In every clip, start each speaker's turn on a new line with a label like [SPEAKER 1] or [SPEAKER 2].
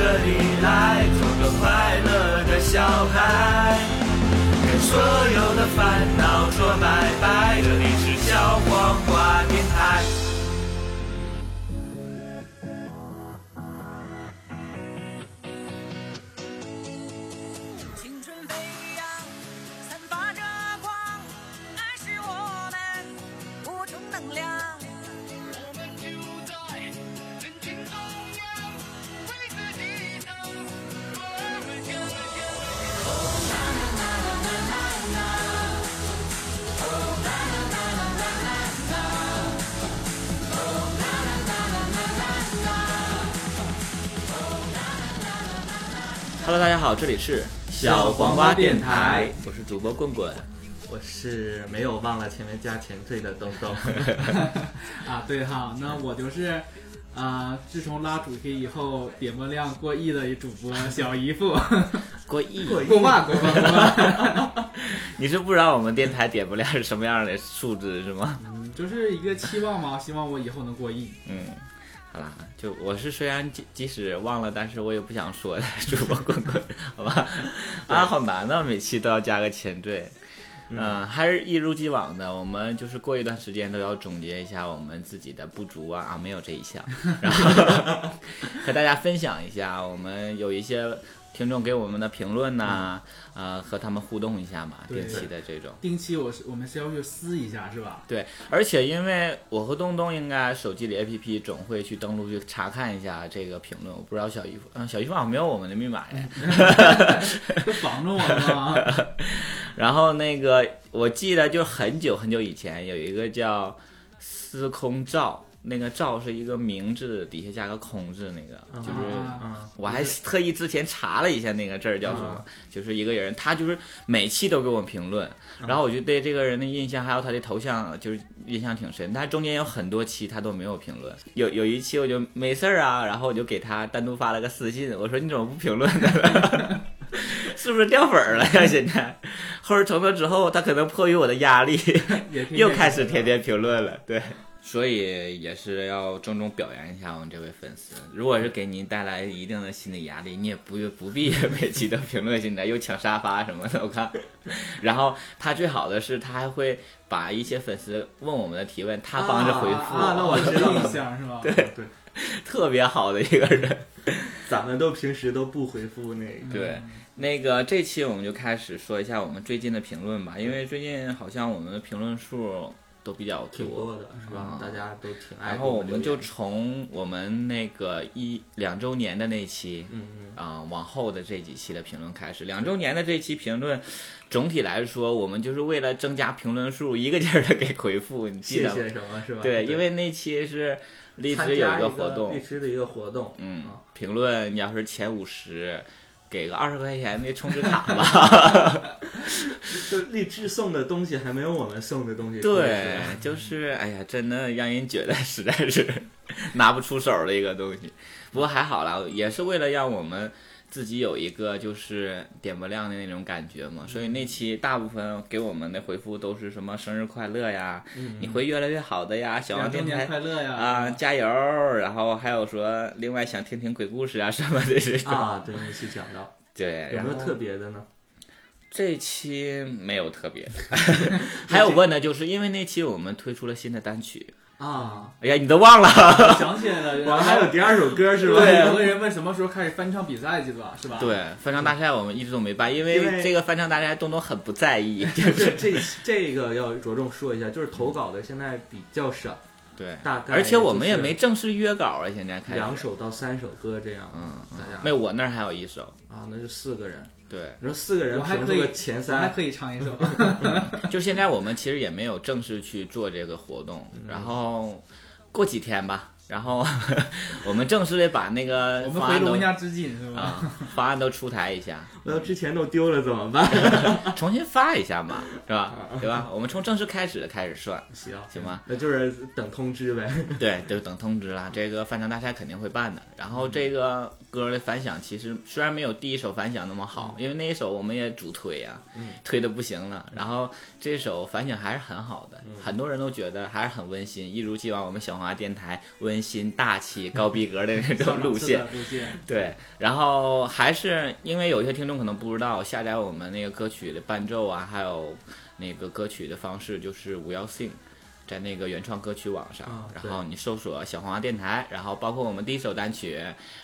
[SPEAKER 1] 来，做个快乐的小孩，跟所有的烦恼说拜拜。这里是小黄瓜电台。
[SPEAKER 2] 青春飞扬，散发着光，那是我们无穷能量。我们就在人群中央，为自己唱，我们向前。
[SPEAKER 3] Hello，大家好，这里是
[SPEAKER 1] 小黄瓜电台，
[SPEAKER 3] 我是主播棍棍。
[SPEAKER 1] 我是没有忘了前面加前缀的东 东，
[SPEAKER 4] 啊，对哈，那我就是，啊、自从拉主题以后，点播量过亿的主播小姨 夫，
[SPEAKER 3] 过亿，
[SPEAKER 4] 过万过万过万，
[SPEAKER 3] 你是不知道我们电台点播量是什么样的数字是吗？
[SPEAKER 4] 嗯就是一个期望嘛，希望我以后能过亿。
[SPEAKER 3] 嗯，好啦，就我是虽然即即使忘了，但是我也不想说的 主播棍棍， 好吧？啊，好难啊，每期都要加个前缀。嗯，还是一如既往的，我们就是过一段时间都要总结一下我们自己的不足啊啊，没有这一项，然后和大家分享一下，我们有一些听众给我们的评论呐、呃，和他们互动一下嘛，
[SPEAKER 4] 对
[SPEAKER 3] 定期的这种。
[SPEAKER 4] 定期我是我们是要去撕一下是吧？
[SPEAKER 3] 对，而且因为我和东东应该手机里 APP 总会去登录去查看一下这个评论，我不知道小姨夫，嗯，小姨夫好像没有我们的密码哎。
[SPEAKER 4] 都防着我们嘛。
[SPEAKER 3] 然后那个我记得就很久很久以前有一个叫司空照，那个照是一个明字底下加个空字那个，就是
[SPEAKER 1] 嗯
[SPEAKER 4] 啊
[SPEAKER 3] 我还特意之前查了一下那个字儿叫什么，就是一个人，他就是每期都给我评论，然后我就对这个人的印象，还有他的头像，就是印象挺深。但中间有很多期他都没有评论，有有一期我就没事儿啊，然后我就给他单独发了个私信，我说你怎么不评论呢？ 是不是掉粉儿了呀？现在，后来从那之后，他可能迫于我的压力，
[SPEAKER 4] 也天天
[SPEAKER 3] 又开始天天评论了，对。所以也是要郑重表扬一下我们这位粉丝。如果是给您带来一定的心理压力，你也不不 必每期都评论现在又抢沙发什么的，我看。 然后他最好的是，他还会把一些粉丝问我们的提问，他帮着回复，
[SPEAKER 4] 啊，那我知道一下是吧？对，
[SPEAKER 3] 特别好的一个人。
[SPEAKER 1] 咱们都平时都不回复那个，
[SPEAKER 3] 对，那个这期我们就开始说一下我们最近的评论吧，因为最近好像我们的评论数都比较
[SPEAKER 1] 挺多的是吧
[SPEAKER 3] 嗯？
[SPEAKER 1] 大家都挺爱
[SPEAKER 3] 然
[SPEAKER 1] 给
[SPEAKER 3] 后我
[SPEAKER 1] 哎留
[SPEAKER 3] 们
[SPEAKER 1] 言
[SPEAKER 3] 就从我们那个一两周年的那期，
[SPEAKER 1] 嗯嗯，
[SPEAKER 3] 啊、往后的这几期的评论开始。两周年的这期评论，总体来说，我们就是为了增加评论数，一个劲儿的给回复，你记
[SPEAKER 1] 谢
[SPEAKER 3] 得吗？
[SPEAKER 1] 谢什么是吧？
[SPEAKER 3] 对，因为那期是荔
[SPEAKER 1] 参
[SPEAKER 3] 枝有
[SPEAKER 1] 加一
[SPEAKER 3] 个活
[SPEAKER 1] 荔
[SPEAKER 3] 动，
[SPEAKER 1] 枝的一个活动，
[SPEAKER 3] 嗯
[SPEAKER 1] 啊，
[SPEAKER 3] 评论你要是前五十，给个二十块钱的充值卡吧。
[SPEAKER 1] 就励志送的东西还没有我们送的东西多
[SPEAKER 3] 对
[SPEAKER 1] 是吧，
[SPEAKER 3] 就是哎呀，真的让人觉得实在是拿不出手的一个东西。不过还好啦，也是为了让我们自己有一个就是点播量的那种感觉嘛。所以那期大部分给我们的回复都是什么生日快乐呀，你会越来越好的呀，小王
[SPEAKER 4] 嗯两周
[SPEAKER 3] 电
[SPEAKER 4] 年
[SPEAKER 3] 台
[SPEAKER 4] 快乐呀！
[SPEAKER 3] 啊、加油！然后还有说另外想听听鬼故事啊什么的这种。
[SPEAKER 1] 啊，对，那期讲 到
[SPEAKER 3] 对，
[SPEAKER 1] 有
[SPEAKER 3] 哎然
[SPEAKER 4] 啊
[SPEAKER 1] 没
[SPEAKER 3] 后
[SPEAKER 1] 有特别的呢？
[SPEAKER 3] 这期没有特别， 还有问的就是因为那期我们推出了新的单曲。
[SPEAKER 4] 啊，
[SPEAKER 3] 哎呀，你都忘了？
[SPEAKER 4] 我想起来了，
[SPEAKER 1] 我
[SPEAKER 4] 然
[SPEAKER 1] 们还有
[SPEAKER 4] 后
[SPEAKER 1] 第二首歌是吧？
[SPEAKER 4] 对，有个人问什么时候开始翻唱比赛去吧？是吧？，
[SPEAKER 3] 对，翻唱大赛我们一直都没办，因
[SPEAKER 1] 因为
[SPEAKER 3] 为这个翻唱大赛东东很不在 意。
[SPEAKER 1] 这这这个要着重说一下，就是投稿的现在比较少，
[SPEAKER 3] 对，
[SPEAKER 1] 大概
[SPEAKER 3] 而且我们也
[SPEAKER 1] 就是
[SPEAKER 3] 没正式约稿啊，现在开始。
[SPEAKER 1] 两首到三首歌这样，
[SPEAKER 3] 嗯，
[SPEAKER 1] 大家
[SPEAKER 3] 没有，我那儿还有一首。
[SPEAKER 1] 啊，那就四个人，
[SPEAKER 3] 对，
[SPEAKER 1] 你说四个人
[SPEAKER 4] 我还
[SPEAKER 1] 评
[SPEAKER 4] 可
[SPEAKER 1] 出
[SPEAKER 4] 以
[SPEAKER 1] 个前
[SPEAKER 4] 咱还
[SPEAKER 5] 哎
[SPEAKER 1] 三，
[SPEAKER 4] 可以唱 一首。
[SPEAKER 3] 就现在我们其实也没有正式去做这个活动，然后过几天吧，然后 我们正式的把那个
[SPEAKER 4] 我们
[SPEAKER 3] 方
[SPEAKER 4] 回
[SPEAKER 3] 案都
[SPEAKER 4] 龙家之锦是吧？
[SPEAKER 3] 啊方案都出台一下，
[SPEAKER 1] 那之前都丢了怎么办？
[SPEAKER 3] 重新发一下嘛，是吧？ 对吧？我们从正式开始开始算，
[SPEAKER 1] 行
[SPEAKER 3] 行吗？
[SPEAKER 1] 那就是等通知呗。
[SPEAKER 3] 对，就等通知啦。这个翻唱大赛肯定会办的。然后
[SPEAKER 4] 嗯
[SPEAKER 3] 这个歌的反响，其实虽然没有第一首反响那么好，
[SPEAKER 4] 嗯
[SPEAKER 3] 因为那一首我们也主推呀、推的不行了。然后这
[SPEAKER 4] 嗯
[SPEAKER 3] 首反响还是很好的，很多人都觉得还是很温馨，一如既往我们小黄鸭电台温温馨、大气、高逼格的那
[SPEAKER 4] 是
[SPEAKER 3] 种
[SPEAKER 4] 的
[SPEAKER 3] 路线。
[SPEAKER 4] 路线，
[SPEAKER 3] 对，然后还是因为有些听众可能不知道，下载我们那个歌曲的伴奏啊，还有那个歌曲的方式就是五幺 sing，在那个原创歌曲网上，
[SPEAKER 4] 啊
[SPEAKER 3] 然
[SPEAKER 4] 对
[SPEAKER 3] 后你搜索小黄鸭电台，然后包括我们第一首单曲，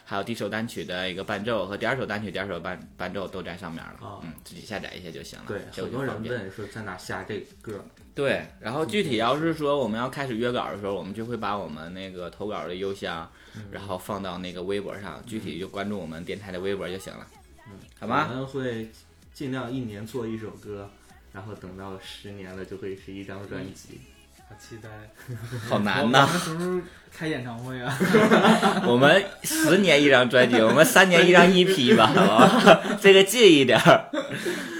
[SPEAKER 3] 还有第一首单曲的一个伴奏和第二首单曲、第二首伴伴奏都在上面了，
[SPEAKER 5] 啊
[SPEAKER 3] 嗯，自己下载一下就行了。
[SPEAKER 5] 对，
[SPEAKER 3] 就
[SPEAKER 5] 很多人
[SPEAKER 3] 方便
[SPEAKER 5] 问说在哪下这歌，
[SPEAKER 3] 对，然后具体要是说我们要开始约稿的时候，我们就会把我们那个投稿的邮箱，然后放到那个微博上，具体就关注我们电台的微博就行了，好
[SPEAKER 5] 我
[SPEAKER 3] 吗？
[SPEAKER 5] 们会尽量一年做一首歌，然后等到十年了就会是一张专 辑。
[SPEAKER 4] 好期待。
[SPEAKER 3] 好难
[SPEAKER 4] 我
[SPEAKER 3] 呐！
[SPEAKER 4] 们什么时候开演唱会啊？
[SPEAKER 3] 我们十年一张专辑，我们三年一张 EP 吧，好吧？ 这个近一点儿，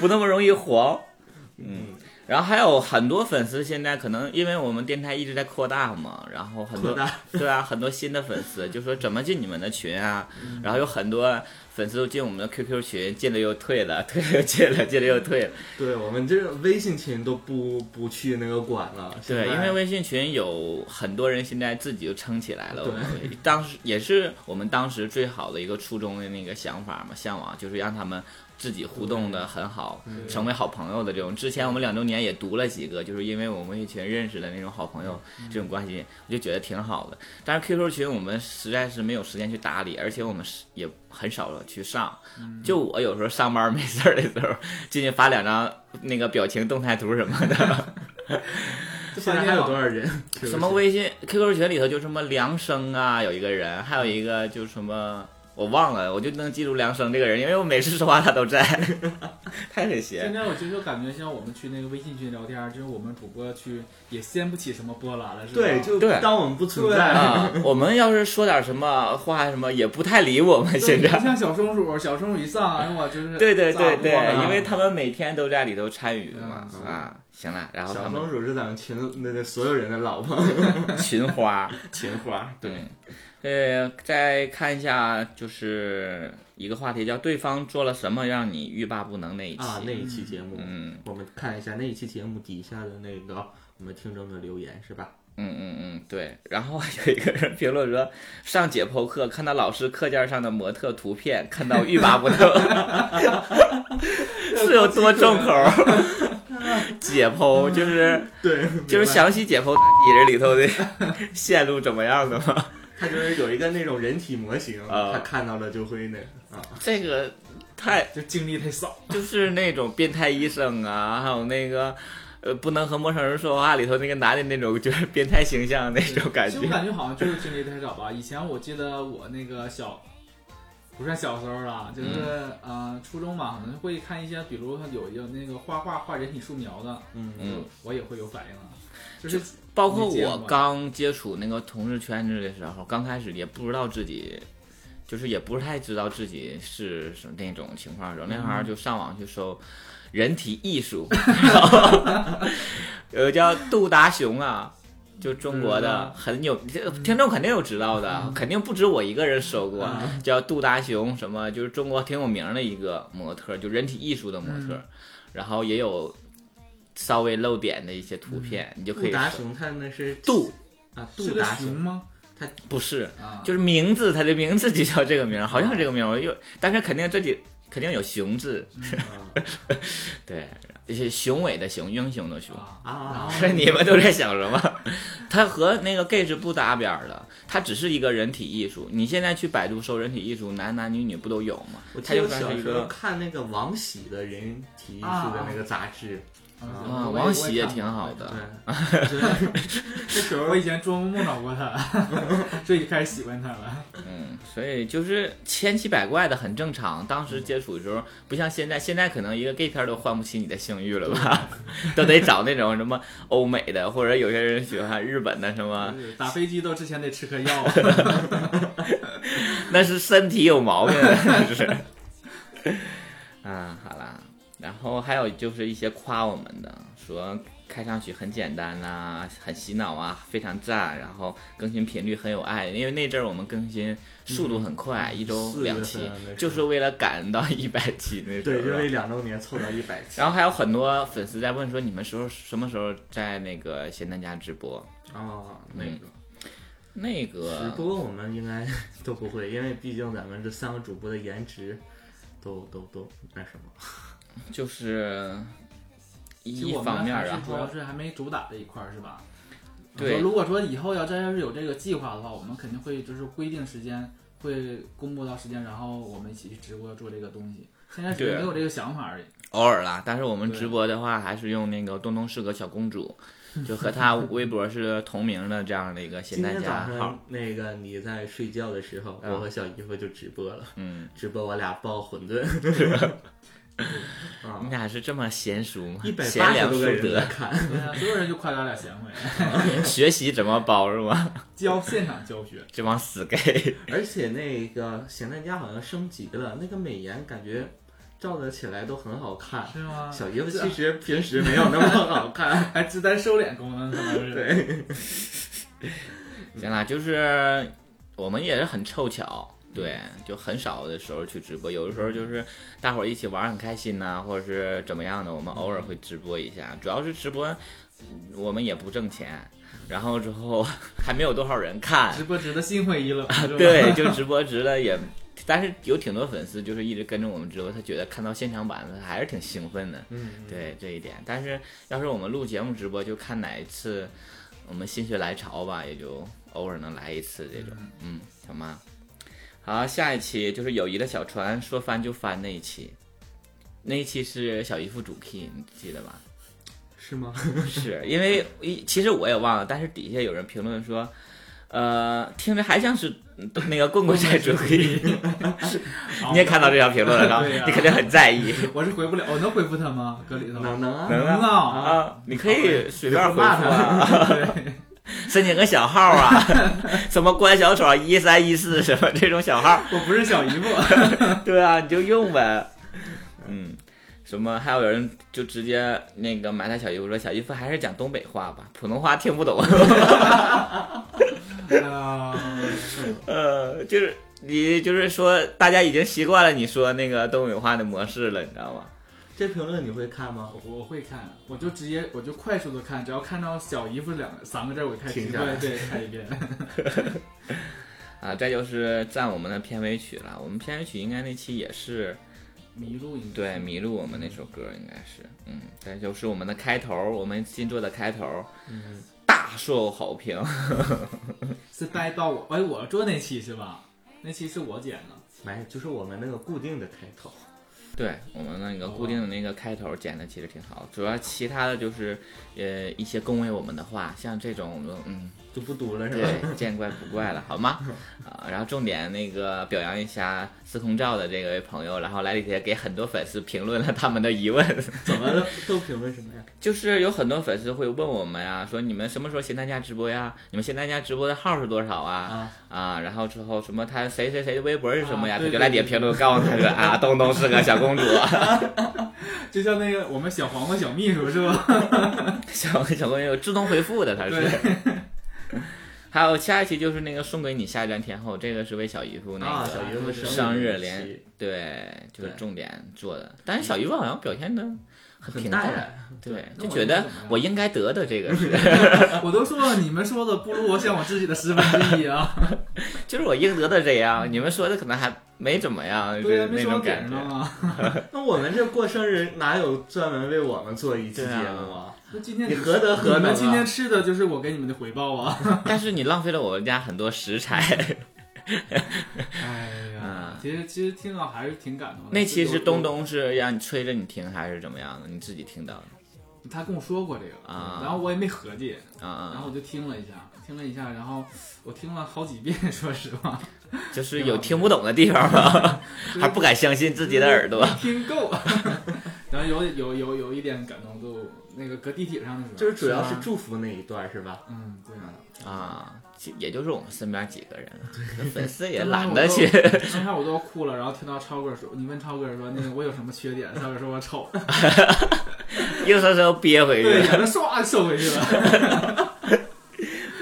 [SPEAKER 3] 不那么容易黄。嗯，然后还有很多粉丝现在可能因为我们电台一直在扩大嘛，然后很多
[SPEAKER 5] 扩大
[SPEAKER 3] 对啊，很多新的粉丝就说怎么进你们的群啊，然后有很多粉丝都进我们的 QQ 群，进了又退了，退了又进了，进了又退了。
[SPEAKER 5] 对我们这微信群都不不去那个管了，
[SPEAKER 3] 对，
[SPEAKER 5] 现在
[SPEAKER 3] 因为微信群有很多人现在自己就撑起来了。
[SPEAKER 5] 对
[SPEAKER 3] 我们当时也是我们当时最好的一个初衷的那个想法嘛，向往就是让他们自己互动的很好，
[SPEAKER 4] 嗯
[SPEAKER 5] 嗯
[SPEAKER 3] 成为好朋友的这种。之前我们两周年也读了几个，就是因为我们微信群认识的那种好朋友这种关系，我就觉得挺好的。但是 QQ 群我们实在是没有时间去打理，而且我们是也很少去上。
[SPEAKER 4] 嗯
[SPEAKER 3] 就我有时候上班没事儿的时候，进去发两张那个表情动态图什么的。
[SPEAKER 5] 现在还有多 少人？
[SPEAKER 3] 什么微信 QQ 群里头就什么梁生啊，有一个人，还有一个就什么我忘了，我就能记住梁生这个人，因为我每次说话他都在， 太狠
[SPEAKER 4] 现
[SPEAKER 3] 邪。
[SPEAKER 4] 在我其实就感觉像我们去那个微信群聊天，就是我们主播去也掀不起什么波澜了，是吧？
[SPEAKER 5] 对，就
[SPEAKER 3] 对
[SPEAKER 5] 当我们不存
[SPEAKER 4] 对
[SPEAKER 5] 在。
[SPEAKER 3] 啊，我们要是说点什么话什么，也不太理我们
[SPEAKER 4] 就
[SPEAKER 3] 现在。
[SPEAKER 4] 像小松鼠，小松鼠一上，哎我就是
[SPEAKER 3] 对对
[SPEAKER 4] 咋播
[SPEAKER 3] 对
[SPEAKER 4] 呢
[SPEAKER 3] 对，因为他们每天都在里头参与嘛
[SPEAKER 5] 啊嗯
[SPEAKER 3] 啊，行了，然后他
[SPEAKER 5] 小
[SPEAKER 3] 们
[SPEAKER 5] 松鼠是咱们群那那所有人的老婆，
[SPEAKER 3] 群花，
[SPEAKER 5] 群花。
[SPEAKER 3] 对，呃，再看一下就是一个话题叫对方做了什么让你欲罢不能那一期，
[SPEAKER 5] 啊，那一期节目，
[SPEAKER 3] 嗯。
[SPEAKER 5] 我们看一下那一期节目底下的那个我们听众的留言是 吧？
[SPEAKER 3] 嗯嗯嗯，对。然后有一个人评论说，上解剖课看到老师课件上的模特图片，看到欲罢 不能，是有多重口 儿？解剖就是
[SPEAKER 5] 对，
[SPEAKER 3] 就是详细解剖蚁人里头的 线路怎么样的吗？
[SPEAKER 5] 他就是有一个那种人体模型，
[SPEAKER 3] 啊
[SPEAKER 5] 他看到了就会那啊，
[SPEAKER 3] 这个太
[SPEAKER 4] 就精力太少，
[SPEAKER 3] 就是那种变态医生啊，还有那个。呃，不能和陌生人说话里头那个男的那种，就是变态形象 那种感
[SPEAKER 4] 其
[SPEAKER 3] 觉
[SPEAKER 4] 实我。感觉好像就是精力太少吧。以前我记得我那个小，不算小时候了，就是、
[SPEAKER 3] 嗯
[SPEAKER 4] 呃初中吧，可能会看一些，比如有有那个画画画人体素描的，
[SPEAKER 5] 嗯，
[SPEAKER 3] 嗯，
[SPEAKER 4] 我也会有反应啊。就是
[SPEAKER 3] 包括
[SPEAKER 4] 没见
[SPEAKER 3] 我
[SPEAKER 4] 过
[SPEAKER 3] 刚接触那个同志圈子的时候，刚开始也不知道自己，就是也不太知道自己是什么那种情况的时候，那会儿就上网去搜人体艺 术，然后有个叫杜达雄啊。就中国的很有这听众肯定有知道
[SPEAKER 5] 嗯
[SPEAKER 3] 的，肯定不止我一个人搜过，叫杜达雄什么，就是中国挺有名的一个模特，就人体艺术的模
[SPEAKER 5] 嗯
[SPEAKER 3] 特，然后也有稍微露点的一些图片，你就可
[SPEAKER 5] 杜
[SPEAKER 3] 以
[SPEAKER 5] 达
[SPEAKER 3] 搜
[SPEAKER 5] 雄他那是
[SPEAKER 3] 杜
[SPEAKER 5] 啊，
[SPEAKER 4] 是
[SPEAKER 5] 杜
[SPEAKER 4] 个
[SPEAKER 5] 达
[SPEAKER 4] 熊
[SPEAKER 5] 雄，
[SPEAKER 4] 吗？
[SPEAKER 3] 不是，
[SPEAKER 4] 啊，
[SPEAKER 3] 就是名字，它的名字就叫这个名儿，好像是这个
[SPEAKER 4] 哦
[SPEAKER 3] 名儿，我又，但是肯定这里肯定有雄字，
[SPEAKER 5] 啊
[SPEAKER 3] 对，而且雄伟的雄，英雄的雄。
[SPEAKER 4] 啊
[SPEAKER 5] 啊
[SPEAKER 4] 然后
[SPEAKER 3] 是 你们都在想什么？它和那个 gay 是不搭边儿的，它只是一个人体艺术。你现在去百度搜人体艺术，男男女女不都有吗
[SPEAKER 5] 我？记
[SPEAKER 3] 它
[SPEAKER 5] 得
[SPEAKER 3] 就
[SPEAKER 5] 我
[SPEAKER 3] 算
[SPEAKER 5] 小
[SPEAKER 3] 是一
[SPEAKER 5] 时候
[SPEAKER 3] 个
[SPEAKER 5] 看那个王喜的人体艺术的那个杂志，
[SPEAKER 3] 啊，
[SPEAKER 4] 哦我
[SPEAKER 3] 王喜也
[SPEAKER 4] 看过
[SPEAKER 3] 挺好的。
[SPEAKER 5] 对，
[SPEAKER 4] 那时候我以前做梦梦到过他， 所以开始喜欢他了。
[SPEAKER 3] 嗯，所以就是千奇百怪的，很正常。当时接触的时候，不像现在，现在可能一个 gay 片儿都唤不起你的性欲了吧，都得找那种什么欧美的，或者有些人喜欢日本的什
[SPEAKER 5] 啊
[SPEAKER 3] 么，
[SPEAKER 4] 就是打飞机都之前得吃颗药啊，
[SPEAKER 3] 那是身体有毛病的，那是。 啊，好啦，然后还有就是一些夸我们的，说开场曲很简单啦、很洗脑啊，非常赞，然后更新频率很有爱，因为那阵儿我们更新速度很快，一周
[SPEAKER 5] 嗯四月
[SPEAKER 3] 两
[SPEAKER 5] 份
[SPEAKER 3] 期
[SPEAKER 5] 那时候，
[SPEAKER 3] 就是为了赶到一百期那时候
[SPEAKER 5] 对，因为两周年凑到一百期
[SPEAKER 3] 然后还有很多粉丝在问说，
[SPEAKER 5] 哦
[SPEAKER 3] 你们时候什么时候在那个咸蛋家直播？
[SPEAKER 5] 啊，那个
[SPEAKER 3] 那
[SPEAKER 5] 直
[SPEAKER 3] 个
[SPEAKER 5] 播我们应该 都不会，因为毕竟咱们这三个主播的颜值都都都那什么。
[SPEAKER 3] 就是
[SPEAKER 4] 其实
[SPEAKER 3] 一
[SPEAKER 4] 我们
[SPEAKER 3] 方面，啊
[SPEAKER 4] 还是
[SPEAKER 3] 然
[SPEAKER 4] 主要
[SPEAKER 3] 后
[SPEAKER 4] 是还没主打这一块儿是吧？
[SPEAKER 3] 对
[SPEAKER 4] 如果说以后要真要是有这个计划的话，我们肯定会就是规定时间，会公布到时间，然后我们一起去直播做这个东西。现在只是
[SPEAKER 3] 对
[SPEAKER 4] 没有这个想法而已。
[SPEAKER 3] 偶尔啦，但是我们
[SPEAKER 4] 对
[SPEAKER 3] 直播的话，还是用那个东东是个小公主， 就和她微博是同名的这样的一个
[SPEAKER 5] 今
[SPEAKER 3] 新大
[SPEAKER 5] 天早
[SPEAKER 3] 家号
[SPEAKER 5] 上。那个你在睡觉的时候，
[SPEAKER 3] 嗯
[SPEAKER 5] 我和小姨夫就直播了，
[SPEAKER 3] 嗯，
[SPEAKER 5] 直播我俩包馄饨。 啊
[SPEAKER 3] 你，俩是这么娴熟吗
[SPEAKER 5] 一？百
[SPEAKER 3] 贤
[SPEAKER 5] 八
[SPEAKER 3] 良
[SPEAKER 5] 十多
[SPEAKER 3] 淑
[SPEAKER 5] 个人在
[SPEAKER 3] 德，
[SPEAKER 5] 看，
[SPEAKER 4] 对啊，所有人就夸咱俩贤惠，
[SPEAKER 3] 学习怎么包是吗？
[SPEAKER 4] 教现场教学。
[SPEAKER 3] 这帮死 gay，
[SPEAKER 5] 而且那个咸蛋家好像升级了，那个美颜感觉照的起来都很好看。
[SPEAKER 4] 是吗？
[SPEAKER 5] 小姨夫啊其实平时没有那么好看，
[SPEAKER 4] 还自带收敛功能，可能是。
[SPEAKER 5] 对。
[SPEAKER 3] 行啦，就是我们也是很凑巧，对，就很少的时候去直播，有的时候就是大伙儿一起玩儿很开心呐、或者是怎么样的，我们偶尔会直播一下。主要是直播，嗯我们也不挣钱，然后之后还没有多少人看，
[SPEAKER 4] 直播值得心灰意冷，是吧
[SPEAKER 3] 啊对，就直播值了也，但是有挺多粉丝就是一直跟着我们直播，他觉得看到现场版的还是挺兴奋的，
[SPEAKER 5] 嗯，
[SPEAKER 3] 对这一点。但是要是我们录节目直播，就看哪一次我们心血来潮吧，也就偶尔能来一次这种，嗯，行吗？好，下一期就是友谊的小船，说翻就翻那一期，那一期是小姨夫主 key，你记得吧？
[SPEAKER 5] 是吗？
[SPEAKER 3] 是因为一其实我也忘了，但是底下有人评论说，呃，听着还像是嗯那个棍棍在主 key，你也看到这条评论了，
[SPEAKER 4] 对
[SPEAKER 3] 是吧
[SPEAKER 4] 呀？
[SPEAKER 3] 你肯定很在意。
[SPEAKER 4] 我是回不了，我能回复他吗？搁里头
[SPEAKER 5] 能能啊，
[SPEAKER 3] 能
[SPEAKER 4] 能
[SPEAKER 3] 啊
[SPEAKER 4] 啊
[SPEAKER 3] 啊，你可以随便回复
[SPEAKER 4] 骂
[SPEAKER 3] 啊，
[SPEAKER 4] 他。对，
[SPEAKER 3] 申请个小号啊， 什么关小丑啊一三一四什么这种小号，
[SPEAKER 4] 我不是小姨 夫，
[SPEAKER 3] 对啊，你就用呗。嗯，什么还有人就直接那个埋汰小姨夫说小姨夫还是讲东北话吧，普通话听不懂。
[SPEAKER 4] 啊，
[SPEAKER 3] 呃，就是你就是说，大家已经习惯了你说那个东北话的模式了，你知道吗？
[SPEAKER 5] 这评论你会看吗？
[SPEAKER 4] 我我会看，我就直接我就快速的看，只要看到小姨夫两个三个字，我就开始
[SPEAKER 5] 停
[SPEAKER 4] 直
[SPEAKER 5] 下来
[SPEAKER 4] 播对看一遍。
[SPEAKER 3] 啊，再就是赞我们的片尾曲了。我们片尾曲应该那期也是
[SPEAKER 4] 迷路应该
[SPEAKER 3] 对《迷路》我们那首歌应该是，嗯，再就是我们的开头，我们新做的开头，
[SPEAKER 5] 嗯，
[SPEAKER 3] 大受好评。
[SPEAKER 4] 是带到我，哎，我做那期是吧？那期是我剪的，
[SPEAKER 5] 没，就是我们那个固定的开头。
[SPEAKER 3] 对我们那个固定的那个开头剪的其实挺好，主要其他的就是呃一些恭维我们的话，像这种我们嗯
[SPEAKER 5] 就不读了是吧？
[SPEAKER 3] 对，见怪不怪了，好吗？啊，然后重点那个表扬一下司空照的这位朋友，然后来里天给很多粉丝评论了他们的疑问，
[SPEAKER 5] 怎么了都评论什么呀？
[SPEAKER 3] 就是有很多粉丝会问我们呀，说你们什么时候咸蛋家直播呀？你们咸蛋家直播的号是多少啊？
[SPEAKER 5] 啊，
[SPEAKER 3] 啊，然后之后什么他谁谁谁的微博是什么呀？
[SPEAKER 4] 啊
[SPEAKER 3] 他
[SPEAKER 4] 对
[SPEAKER 3] 就来底下评论告诉他说啊，东东是个小公主，
[SPEAKER 4] 就像那个我们小黄瓜小秘书是吧？
[SPEAKER 3] 小小公主自动回复的，他是。 还有下一期就是那个送给你下一站天后，这个是为小姨夫那个、
[SPEAKER 5] 啊，小姨夫
[SPEAKER 3] 生日
[SPEAKER 5] 日
[SPEAKER 3] 连对，就是
[SPEAKER 5] 对
[SPEAKER 3] 重点做的。但是小鱼好像表现的很
[SPEAKER 5] 很
[SPEAKER 3] 平
[SPEAKER 5] 淡
[SPEAKER 3] 淡，
[SPEAKER 5] 然，
[SPEAKER 3] 对，
[SPEAKER 4] 那
[SPEAKER 3] 就
[SPEAKER 4] 我
[SPEAKER 3] 觉
[SPEAKER 4] 觉
[SPEAKER 3] 得
[SPEAKER 4] 得怎么样
[SPEAKER 3] 我应该得的这个是，
[SPEAKER 4] 我都说了，你们说的不如我想我自己的十分之一啊！
[SPEAKER 3] 就是我应得的这样。你们说的可能还没怎么样，就
[SPEAKER 4] 对呀，啊
[SPEAKER 3] 是
[SPEAKER 4] 没
[SPEAKER 3] 那
[SPEAKER 4] 说到
[SPEAKER 3] 种
[SPEAKER 4] 点
[SPEAKER 3] 感
[SPEAKER 4] 上
[SPEAKER 3] 觉。
[SPEAKER 4] 啊。
[SPEAKER 5] 那我们这过生日哪有专门为我们做一期节目啊？
[SPEAKER 4] 那今天
[SPEAKER 5] 你何德何能啊
[SPEAKER 4] 你们今天吃的就是我给你们的回报啊！
[SPEAKER 3] 但是你浪费了我们家很多食材。
[SPEAKER 4] 哎呀
[SPEAKER 3] 嗯，
[SPEAKER 4] 其实其实听到还是挺感动的。
[SPEAKER 3] 那期是
[SPEAKER 4] 有
[SPEAKER 3] 东，东是让你催着你听还是怎么样的？你自己听到的
[SPEAKER 4] 有他跟我说过这个
[SPEAKER 3] 啊
[SPEAKER 4] 然后我也没合计，
[SPEAKER 3] 啊
[SPEAKER 4] 然
[SPEAKER 3] 啊
[SPEAKER 4] 后我就听了一下，听了一下，然后我听了好几遍， 说实话，
[SPEAKER 3] 啊！就是有听不懂的地方吧， 还不敢相信自己的耳朵
[SPEAKER 4] 没。听够。 然后有有有有一点感动度，那个搁地铁上的时候，
[SPEAKER 5] 就是主要是
[SPEAKER 4] 吧
[SPEAKER 5] 祝福那一段是吧？
[SPEAKER 4] 嗯对。
[SPEAKER 3] 啊，其也就是我们身边几个人，粉丝 也
[SPEAKER 4] 刚才
[SPEAKER 3] 懒
[SPEAKER 4] 我
[SPEAKER 3] 得
[SPEAKER 4] 都
[SPEAKER 3] 去。
[SPEAKER 4] 刚才我都 哭了，然后听到超哥说，你问超哥说那个我有什么缺点，超哥说我 丑，
[SPEAKER 3] 哎硬生生憋回去
[SPEAKER 4] 对，
[SPEAKER 3] 了，
[SPEAKER 4] 眼泪唰收回去了。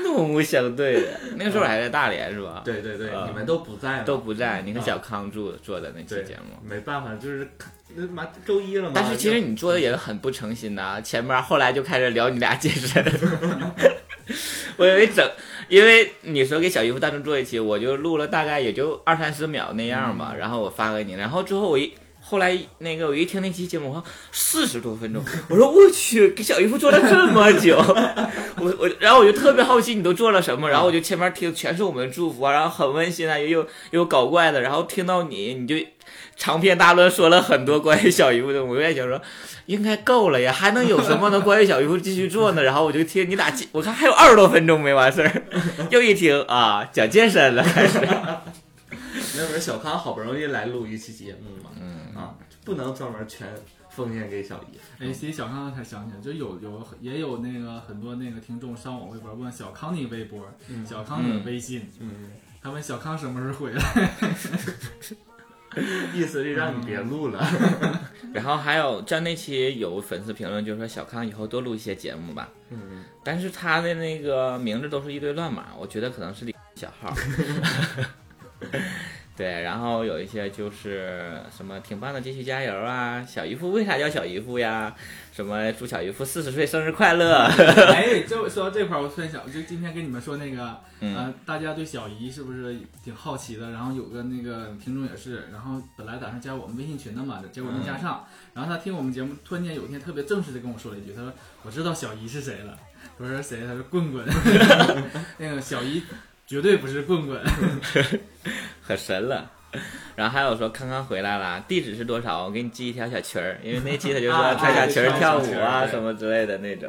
[SPEAKER 3] 怒目相对的。那个时候还在大连是吧？，
[SPEAKER 5] 对对对，
[SPEAKER 3] 啊
[SPEAKER 5] 你们都不在嘛
[SPEAKER 3] 都不在，你跟
[SPEAKER 5] 啊
[SPEAKER 3] 小康住做的那期
[SPEAKER 5] 对
[SPEAKER 3] 节目。
[SPEAKER 5] 没办法，就是看那妈周一了嘛。
[SPEAKER 3] 但是其实你做的也很不诚心呐、前面后来就开始聊你俩健身， 我以为整，因为你说给小姨夫单独做一期，我就录了大概也就二三十秒那样吧，然后我发给你，然后之后我一。后来那个我一听那期节目，我四十多分钟， 我说我去，给小姨夫做了这么久， 我我然后我就特别好奇你都做了什么，然后我就前面听全是我们的祝福啊，然后很温馨啊，又又又搞怪的，然后听到你你就长篇大论说了很多关于小姨夫的，我也想说应该够了呀，还能有什么能关于小姨夫继续做呢？然后我就听你打几， 我看还有二十多分钟没完事 儿，又一听啊，讲健身了，开始
[SPEAKER 5] 那会儿小康好不容易来录一期节目嘛，
[SPEAKER 3] 嗯
[SPEAKER 5] 啊，不能专门全奉献给小姨。
[SPEAKER 4] 哎，其实小康才想起来，就有有也有那个很多那个听众上我微博问小康的微博、
[SPEAKER 3] 嗯
[SPEAKER 4] 小康的微信，
[SPEAKER 5] 嗯，
[SPEAKER 4] 他问小康什么时候回来。
[SPEAKER 5] 意思是让你别
[SPEAKER 3] 嗯
[SPEAKER 5] 录了。
[SPEAKER 3] 然后还有在那期有粉丝评论就说小康以后多录一些节目吧，
[SPEAKER 5] 嗯，
[SPEAKER 3] 但是他的那个名字都是一堆乱码，我觉得可能是李小号。 对，然后有一些就是什么挺棒的，继续加油啊！小姨夫为啥叫小姨夫呀？什么祝小姨夫四十岁生日快乐？
[SPEAKER 4] 哎，就说到这块儿，我突然想，就今天跟你们说那个，
[SPEAKER 3] 嗯
[SPEAKER 4] 呃，大家对小姨是不是挺好奇的？然后有个那个听众也是，然后本来打算加我们微信群的嘛，结果没
[SPEAKER 3] 嗯
[SPEAKER 4] 加上。然后他听我们节目，突然间有一天特别正式的跟我说了一句，他说：“我知道小姨是谁了。”我说：“谁？”他说：“棍 棍。”那个小姨绝对不是棍棍。
[SPEAKER 3] 可神了。然后还有说康康回来啦，地址是多少？我给你寄一条小裙儿，因为那期他就
[SPEAKER 4] 啊
[SPEAKER 3] 说穿小裙儿
[SPEAKER 4] 对
[SPEAKER 3] 跳
[SPEAKER 4] 穿小裙
[SPEAKER 3] 舞
[SPEAKER 4] 儿
[SPEAKER 3] 啊
[SPEAKER 4] 对
[SPEAKER 3] 什么之类的那种，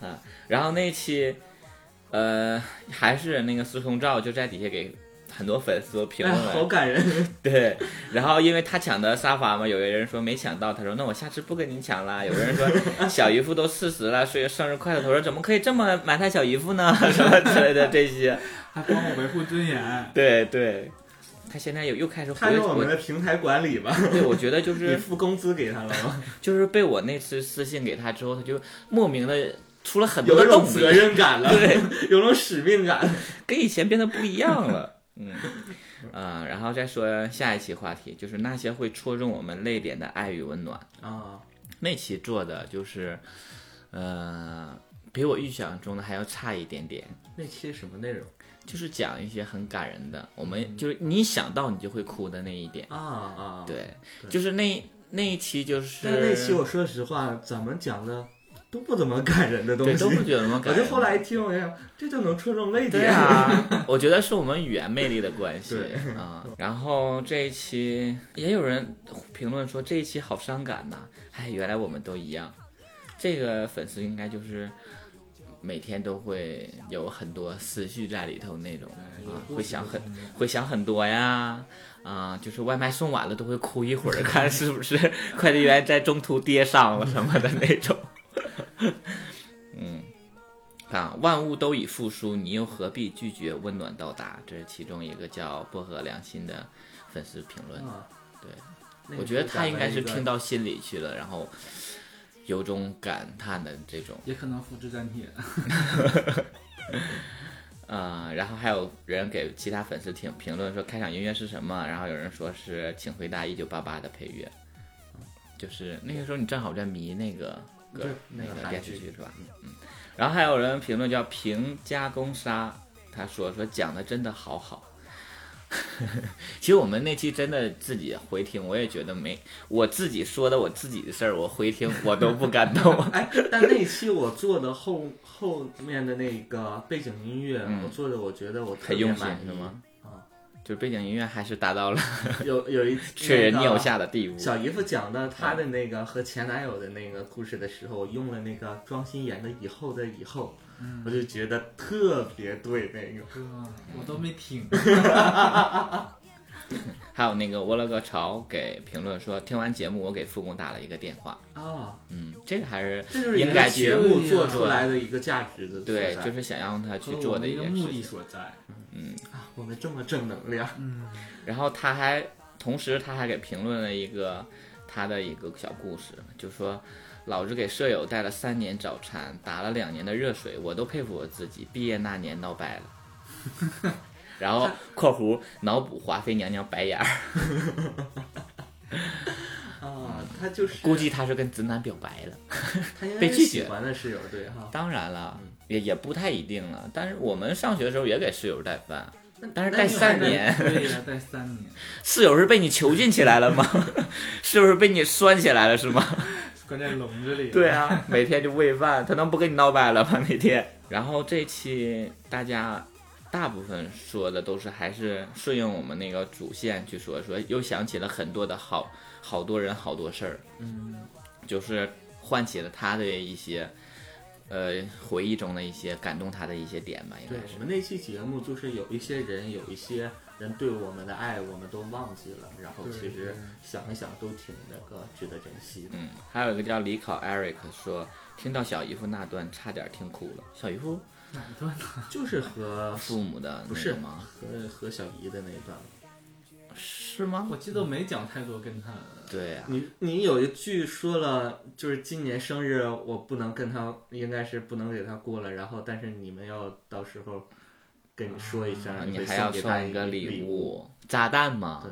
[SPEAKER 3] 啊，然后那期，呃，还是那个司空照就在底下给很多粉丝都评
[SPEAKER 5] 哎
[SPEAKER 3] 论
[SPEAKER 5] 呀，好
[SPEAKER 3] 了，
[SPEAKER 5] 感人。
[SPEAKER 3] 对，然后因为他抢的沙发嘛，有个人说没抢到，他说那我下次不跟你抢啦。有个 人说小姨夫都四十了，所以生日快乐，他说怎么可以这么埋汰小姨夫呢？ 什么之类的这些，
[SPEAKER 4] 还帮我维护尊严，
[SPEAKER 3] 对对，他现在又又开始
[SPEAKER 5] 他
[SPEAKER 3] 回
[SPEAKER 5] 用我
[SPEAKER 3] 我
[SPEAKER 5] 们的平台管理吧。
[SPEAKER 3] 对，我觉得就
[SPEAKER 5] 你
[SPEAKER 3] 是
[SPEAKER 5] 付工资给他了吗？
[SPEAKER 3] 就是被我那次私信给他之后，他就莫名的出了很多
[SPEAKER 5] 有
[SPEAKER 3] 的
[SPEAKER 5] 一
[SPEAKER 3] 动
[SPEAKER 5] 种
[SPEAKER 3] 力，
[SPEAKER 5] 责任感了，
[SPEAKER 3] 对，
[SPEAKER 5] 有种使命感。
[SPEAKER 3] 跟以前变得不一样了。嗯，啊、然后再说下一期话题，就是那些会戳中我们泪点的爱与温暖。
[SPEAKER 5] 啊，
[SPEAKER 3] 那期做的就是，呃，比我预想中的还要差一点点，
[SPEAKER 5] 那期什么内容
[SPEAKER 3] 就是讲一些很感人的，我
[SPEAKER 5] 嗯
[SPEAKER 3] 们就是你想到你就会哭的那一点。
[SPEAKER 5] 啊啊？
[SPEAKER 3] 对，就是那那一期就是
[SPEAKER 5] 但那期我说实话，咱们讲的都不怎么感人的东
[SPEAKER 3] 对
[SPEAKER 5] 西，
[SPEAKER 3] 都不觉得什么
[SPEAKER 5] 我
[SPEAKER 3] 感
[SPEAKER 5] 就
[SPEAKER 3] 人。
[SPEAKER 5] 后来一听，我想这就能戳中泪
[SPEAKER 3] 对
[SPEAKER 5] 点。
[SPEAKER 3] 啊，我觉得是我们语言魅力的关系
[SPEAKER 5] 对
[SPEAKER 3] 啊、然后这一期也有人评论说这一期好伤感呐、哎，原来我们都一样。这个粉丝应该就是每天都会有很多思绪在里头那种啊，
[SPEAKER 5] 哎
[SPEAKER 3] 会想很会想很多呀。啊、就是外卖送晚了都会哭一 会儿，看是不是 快递员在中途跌伤了什么的那种。 嗯，啊，万物都已复苏，你又何必拒绝温暖到达？这是其中一个叫薄荷良心的粉丝评论。
[SPEAKER 5] 啊，
[SPEAKER 3] 嗯对
[SPEAKER 5] 那个
[SPEAKER 3] 我觉得他应该是听
[SPEAKER 5] 到
[SPEAKER 3] 到心里去了，然后有种感叹的这种。
[SPEAKER 4] 也可能复制粘贴。
[SPEAKER 3] 呃，然后还有人给其他粉丝听评论说开场音乐是什么，然后有人说是《请回答一九八八》的配乐，嗯就是那个时候你正好在迷那个歌
[SPEAKER 5] 对
[SPEAKER 3] 那
[SPEAKER 5] 那个
[SPEAKER 3] 个
[SPEAKER 5] 韩
[SPEAKER 3] 电视
[SPEAKER 5] 剧
[SPEAKER 3] 剧是吧？嗯。然后还有人评论叫平加攻杀，他说说讲的真的好好。 其实我们那期真的自己回听，我也觉得没我自己说的我自己的事儿，我回听我都不感动。
[SPEAKER 5] 哎，但那期我做的后后面的那个背景音乐，
[SPEAKER 3] 嗯
[SPEAKER 5] 我做的我觉得我特
[SPEAKER 3] 很
[SPEAKER 5] 别
[SPEAKER 3] 用心
[SPEAKER 5] 满意
[SPEAKER 3] 是吗？
[SPEAKER 5] 啊，
[SPEAKER 3] 就是背景音乐还是达到了
[SPEAKER 5] 有有一
[SPEAKER 3] 催人
[SPEAKER 5] 那个
[SPEAKER 3] 尿下的地步。
[SPEAKER 5] 小姨夫讲到她的那个和前男友的那个故事的时候，我用了那个庄心妍的《以后的以后》，
[SPEAKER 3] 嗯
[SPEAKER 5] 我就觉得特别对那个。
[SPEAKER 4] 哇我都没听，
[SPEAKER 3] 还有那个窝了个巢给评论说，听完节目我给父母打了一个电话。
[SPEAKER 5] 啊，
[SPEAKER 3] 嗯，这个还是
[SPEAKER 5] 这就是一
[SPEAKER 3] 应
[SPEAKER 5] 个
[SPEAKER 3] 该
[SPEAKER 5] 节
[SPEAKER 3] 去
[SPEAKER 5] 目做出来的一个价值的所
[SPEAKER 3] 对，
[SPEAKER 5] 在
[SPEAKER 3] 就是想让他去
[SPEAKER 4] 和
[SPEAKER 3] 做
[SPEAKER 4] 我
[SPEAKER 3] 的
[SPEAKER 4] 们一个
[SPEAKER 3] 件
[SPEAKER 4] 目
[SPEAKER 3] 事
[SPEAKER 4] 的
[SPEAKER 3] 情。
[SPEAKER 4] 所在。
[SPEAKER 5] 啊我们这么正能 量，
[SPEAKER 3] 然后他还同时他还给评论了一个他的一个小故事，就说老子给舍友带了三年早餐，打了两年的热水，我都佩服我自己，毕业那年闹掰了。 然后（括弧）脑补华妃娘娘白眼儿，
[SPEAKER 5] 啊，他就是
[SPEAKER 3] 估计他是跟直男表白了。
[SPEAKER 5] 他应
[SPEAKER 3] 被
[SPEAKER 5] 该
[SPEAKER 3] 拒
[SPEAKER 5] 是
[SPEAKER 3] 绝
[SPEAKER 5] 喜欢的室友对哈，
[SPEAKER 3] 当然了，也也不太一定了。但是我们上学的时候也给室友带饭，
[SPEAKER 5] 那
[SPEAKER 3] 但是
[SPEAKER 5] 那
[SPEAKER 3] 带
[SPEAKER 5] 你有
[SPEAKER 3] 三
[SPEAKER 5] 那
[SPEAKER 3] 年
[SPEAKER 4] 对呀、带三年，
[SPEAKER 3] 室友是被你囚禁起来了吗？ 室友是被你拴起来了是吗？
[SPEAKER 4] 关在笼子里。
[SPEAKER 3] 对，啊， 每天就喂饭，他能不跟你闹掰了吗？每天。然后这期大家大部分说的都是还是顺应我们那个主线去说，说又想起了很多的好好多人好多事儿，
[SPEAKER 5] 嗯，
[SPEAKER 3] 就是唤起了他的一些呃回忆中的一些感动他的一些点吧，应该
[SPEAKER 5] 对，
[SPEAKER 3] 是
[SPEAKER 5] 我。们那期节目就是有一些人，有一些人对我们的爱，我们都忘记了，然后
[SPEAKER 4] 对
[SPEAKER 5] 其实
[SPEAKER 4] 对
[SPEAKER 5] 想一想都挺那个值得珍惜的。
[SPEAKER 3] 嗯，还有一个叫李考 Eric 说，听到小姨夫那段差点听哭了。小姨夫
[SPEAKER 4] 哪一段呢？
[SPEAKER 5] 就是和
[SPEAKER 3] 父母的
[SPEAKER 5] 不
[SPEAKER 3] 那
[SPEAKER 5] 是
[SPEAKER 3] 个吗？
[SPEAKER 5] 和和小姨的那一段，
[SPEAKER 3] 是吗？
[SPEAKER 4] 我记得我没讲太多跟他。
[SPEAKER 3] 对啊，
[SPEAKER 5] 你你有一句说了，就是今年生日我不能跟他，应该是不能给他过了。然后，但是你们要到时候跟你说一声，
[SPEAKER 3] 啊你
[SPEAKER 5] 会
[SPEAKER 3] 还要
[SPEAKER 5] 送给他
[SPEAKER 3] 送一个
[SPEAKER 5] 礼
[SPEAKER 3] 礼。物，炸弹吗？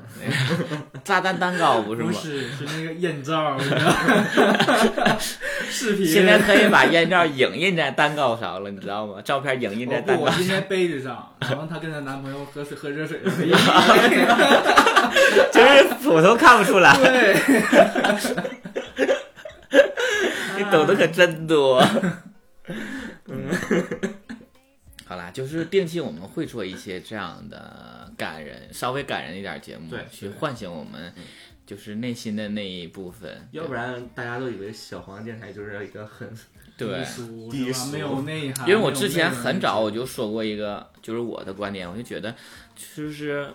[SPEAKER 3] 炸弹蛋糕不是
[SPEAKER 4] 不
[SPEAKER 3] 吗？
[SPEAKER 4] 是，是那个艳照，你知道吗 视频。
[SPEAKER 3] 现在可以把艳照影印在蛋糕上了，你知道吗？照片影印
[SPEAKER 4] 我
[SPEAKER 3] 在蛋
[SPEAKER 4] 不，
[SPEAKER 3] 糕
[SPEAKER 4] 我
[SPEAKER 3] 上
[SPEAKER 4] 今天杯子上，然后她跟她男朋友喝水喝热水的回忆。
[SPEAKER 3] 就是普通看不出来。
[SPEAKER 4] 对，
[SPEAKER 3] 你懂得可真多。嗯， 好啦，就是定期我们会做一些这样的感人、稍微感人一点儿节目
[SPEAKER 5] 对，
[SPEAKER 3] 去
[SPEAKER 5] 对
[SPEAKER 3] 唤醒我们就是内心的那一部分。
[SPEAKER 5] 要不然大家都以为小黄电台就是一个很
[SPEAKER 3] 对，
[SPEAKER 4] 俗
[SPEAKER 5] 低
[SPEAKER 4] 是吧
[SPEAKER 5] 俗
[SPEAKER 4] 没有内涵。
[SPEAKER 3] 因为我之
[SPEAKER 4] 没有
[SPEAKER 3] 前
[SPEAKER 4] 内容
[SPEAKER 3] 很早我就说过一个，就是我的观点，我就觉得就是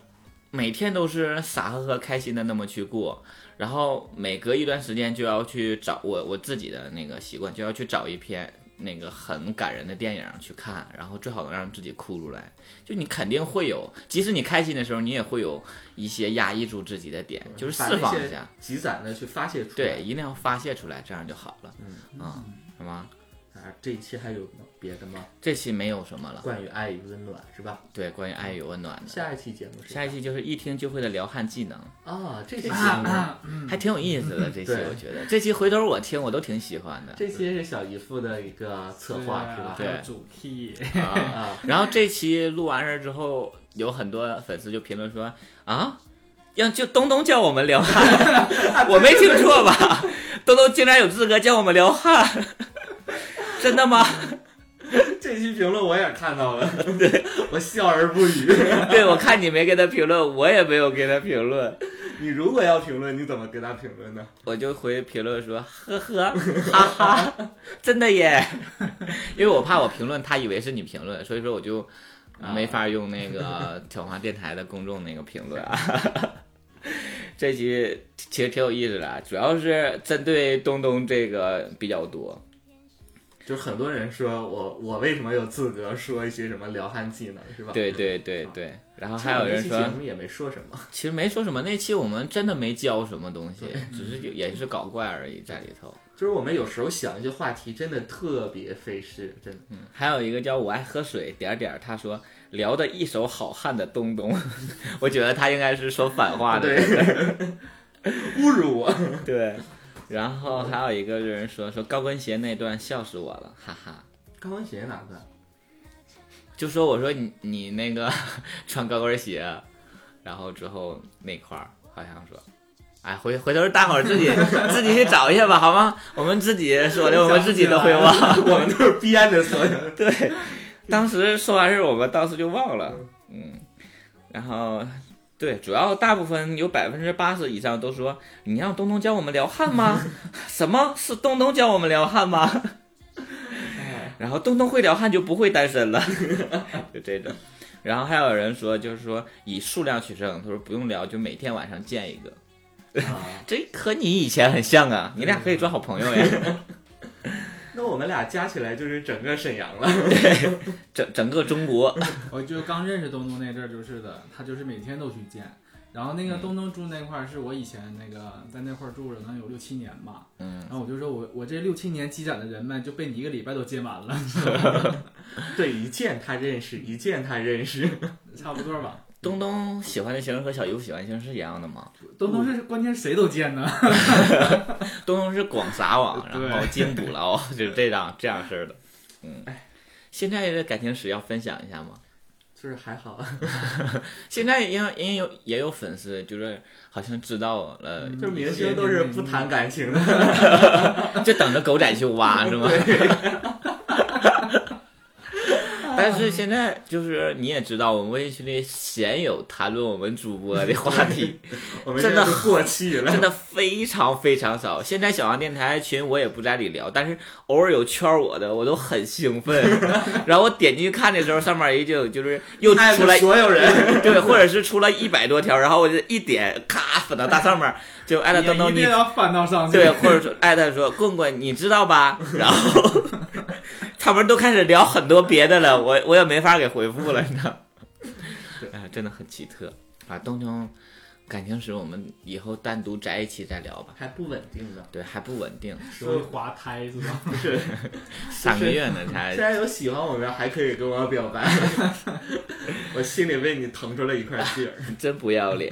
[SPEAKER 3] 每天都是傻呵呵、开心的那么去过，然后每隔一段时间就要去找我我自己的那个习惯，就要去找一篇那个很感人的电影去看，然后最好能让自己哭出来。就你肯定会有，即使你开心的时候，你也会有一些压抑住自己的点，就是释放一下，，
[SPEAKER 5] 积攒的去发泄出来。
[SPEAKER 3] 对，一定要发泄出来，这样就好了，
[SPEAKER 5] 嗯
[SPEAKER 3] 嗯，好吗？
[SPEAKER 5] 啊，这一期还有别的吗？
[SPEAKER 3] 这期没有什么了，
[SPEAKER 5] 关于爱与温暖是吧？
[SPEAKER 3] 对，关于爱与温暖的。
[SPEAKER 5] 下一期节目是
[SPEAKER 3] 下一期就是一听就会的撩汉技能，
[SPEAKER 5] 啊，这期节
[SPEAKER 4] 啊
[SPEAKER 5] 目、
[SPEAKER 4] 啊
[SPEAKER 3] 还挺有意思的。这期
[SPEAKER 5] 嗯对
[SPEAKER 3] 我觉得，这期回头我听我都挺喜欢的
[SPEAKER 5] 这期是小姨夫的一个策划是吧？
[SPEAKER 4] 对啊还
[SPEAKER 3] 对
[SPEAKER 4] 有主题。
[SPEAKER 3] 啊。
[SPEAKER 5] 啊，
[SPEAKER 3] 然后这期录完事儿之后，有很多粉丝就评论说啊，让就东东叫我们撩汉，
[SPEAKER 5] 啊
[SPEAKER 3] 我没听错吧？东东竟然有资格叫我们撩汉， 真的吗？
[SPEAKER 5] 这期评论我也看到了，对我笑而不语。
[SPEAKER 3] 对，我看你没给他评论，我也没有给他评论，
[SPEAKER 5] 你如果要评论，你怎么给他评论呢？
[SPEAKER 3] 我就回评论说呵呵哈哈， 真的耶，因为我怕我评论他以为是你评论，所以说我就没法用那 个小黄电台的公众那个评论啊。 这集其实挺有意思的啊，主要是针对东东这个比较多。
[SPEAKER 5] 就是很多人说我我为什么有资格说一些什么撩汉技能是吧？，
[SPEAKER 3] 对对对对，然后
[SPEAKER 5] 还
[SPEAKER 3] 还有人
[SPEAKER 5] 节
[SPEAKER 3] 说，
[SPEAKER 5] 目也没说什么，
[SPEAKER 3] 其实没说什么，那期我们真的没教什么东 西，只是也是搞怪而已在里头。
[SPEAKER 5] 就是我们有时候想一些话题真的特别费事，真的。
[SPEAKER 3] 还有一个叫我爱喝水点儿点儿，他说聊的一手好汉的东东， 我觉得他应该是说反话的。
[SPEAKER 5] 对，侮辱我。
[SPEAKER 3] 对然后还有一个人说说高跟鞋那段笑死我了，哈哈。
[SPEAKER 5] 高跟鞋哪个？
[SPEAKER 3] 就说我说你你那个 穿高跟鞋，然后之后那块儿好像说。哎，回回头大伙儿自 己自己去找一下吧，好吗？我们自己说的，我们自己都会忘。
[SPEAKER 5] 我们都是编的，所有
[SPEAKER 3] 对，当时说完事儿，我们当时就忘了，嗯，然后对，主要大部分有百分之八十以上都说你让东东教我们撩汉 吗？什么是东东教我们撩汉吗？
[SPEAKER 5] 哎
[SPEAKER 3] 然后东东会撩汉就不会单身了，就这种。然后还有人说，就是说以数量取胜，他说不用聊，就每天晚上见一个。
[SPEAKER 5] 啊。
[SPEAKER 3] 这和你以前很像啊，你俩可以做好朋友呀。
[SPEAKER 5] 那我们俩加起来就是整个沈阳了。
[SPEAKER 3] 整整个中国，
[SPEAKER 4] 我就刚认识东东那阵儿就是的，他就是每天都去见。然后那个东东住那块儿是我以前那个在那块儿住了能有六七年吧，
[SPEAKER 3] 嗯
[SPEAKER 4] 然，后我就说我我这六七年积攒的人脉就被你一个礼拜都接满了，
[SPEAKER 5] 对，一见他认识，一见他认识。
[SPEAKER 4] 差不多 吧。
[SPEAKER 3] 东东喜欢的型和小姨夫喜欢的型是一样的吗？
[SPEAKER 4] 东东是关键谁都见呢，
[SPEAKER 3] 东东是广撒网，然
[SPEAKER 4] 对
[SPEAKER 3] 后精捕牢，就是这样这样式的。嗯，现在的感情史要分享一下吗？
[SPEAKER 5] 就是还好，
[SPEAKER 3] 现在也有也有也有粉丝，就是好像知道了，
[SPEAKER 5] 就是明星都是不谈感情的，
[SPEAKER 3] 就等着狗仔去挖是吗？ 但是现在就是你也知道，我们微信群里鲜有谈论我们主播的话题，
[SPEAKER 5] 我们
[SPEAKER 3] 真的
[SPEAKER 5] 现在都过气了
[SPEAKER 3] 真。的非常非常少。现在小王电台群我也不在里聊，但是偶尔有圈我的，我都很兴奋。然后我点进去看的时候，上面已经就是又
[SPEAKER 5] 艾
[SPEAKER 3] 出
[SPEAKER 5] 特
[SPEAKER 3] 来
[SPEAKER 5] 所有人，
[SPEAKER 3] 对，或者是出了一百多条，然后我就一点，咔翻到大上面，就艾特
[SPEAKER 4] 也
[SPEAKER 3] 东
[SPEAKER 4] 一
[SPEAKER 3] 东你
[SPEAKER 4] 定，要翻到上去。
[SPEAKER 3] 对，或者说艾特说棍棍你知道吧？然后他们都开始聊很多别的了，我我也没法给回复了，你知道？ 哎呀，真的很奇特啊！东东感情史我们以后单独摘一期再聊吧。
[SPEAKER 5] 还不稳定呢。
[SPEAKER 3] 对，还不稳定，
[SPEAKER 4] 容易滑胎是吧？
[SPEAKER 5] 不是，
[SPEAKER 3] 三个月呢
[SPEAKER 5] 既
[SPEAKER 3] 才。
[SPEAKER 5] 然有喜欢我们，还可以跟我表 白，我心里为你腾出了一块地 儿。
[SPEAKER 3] 真不要脸。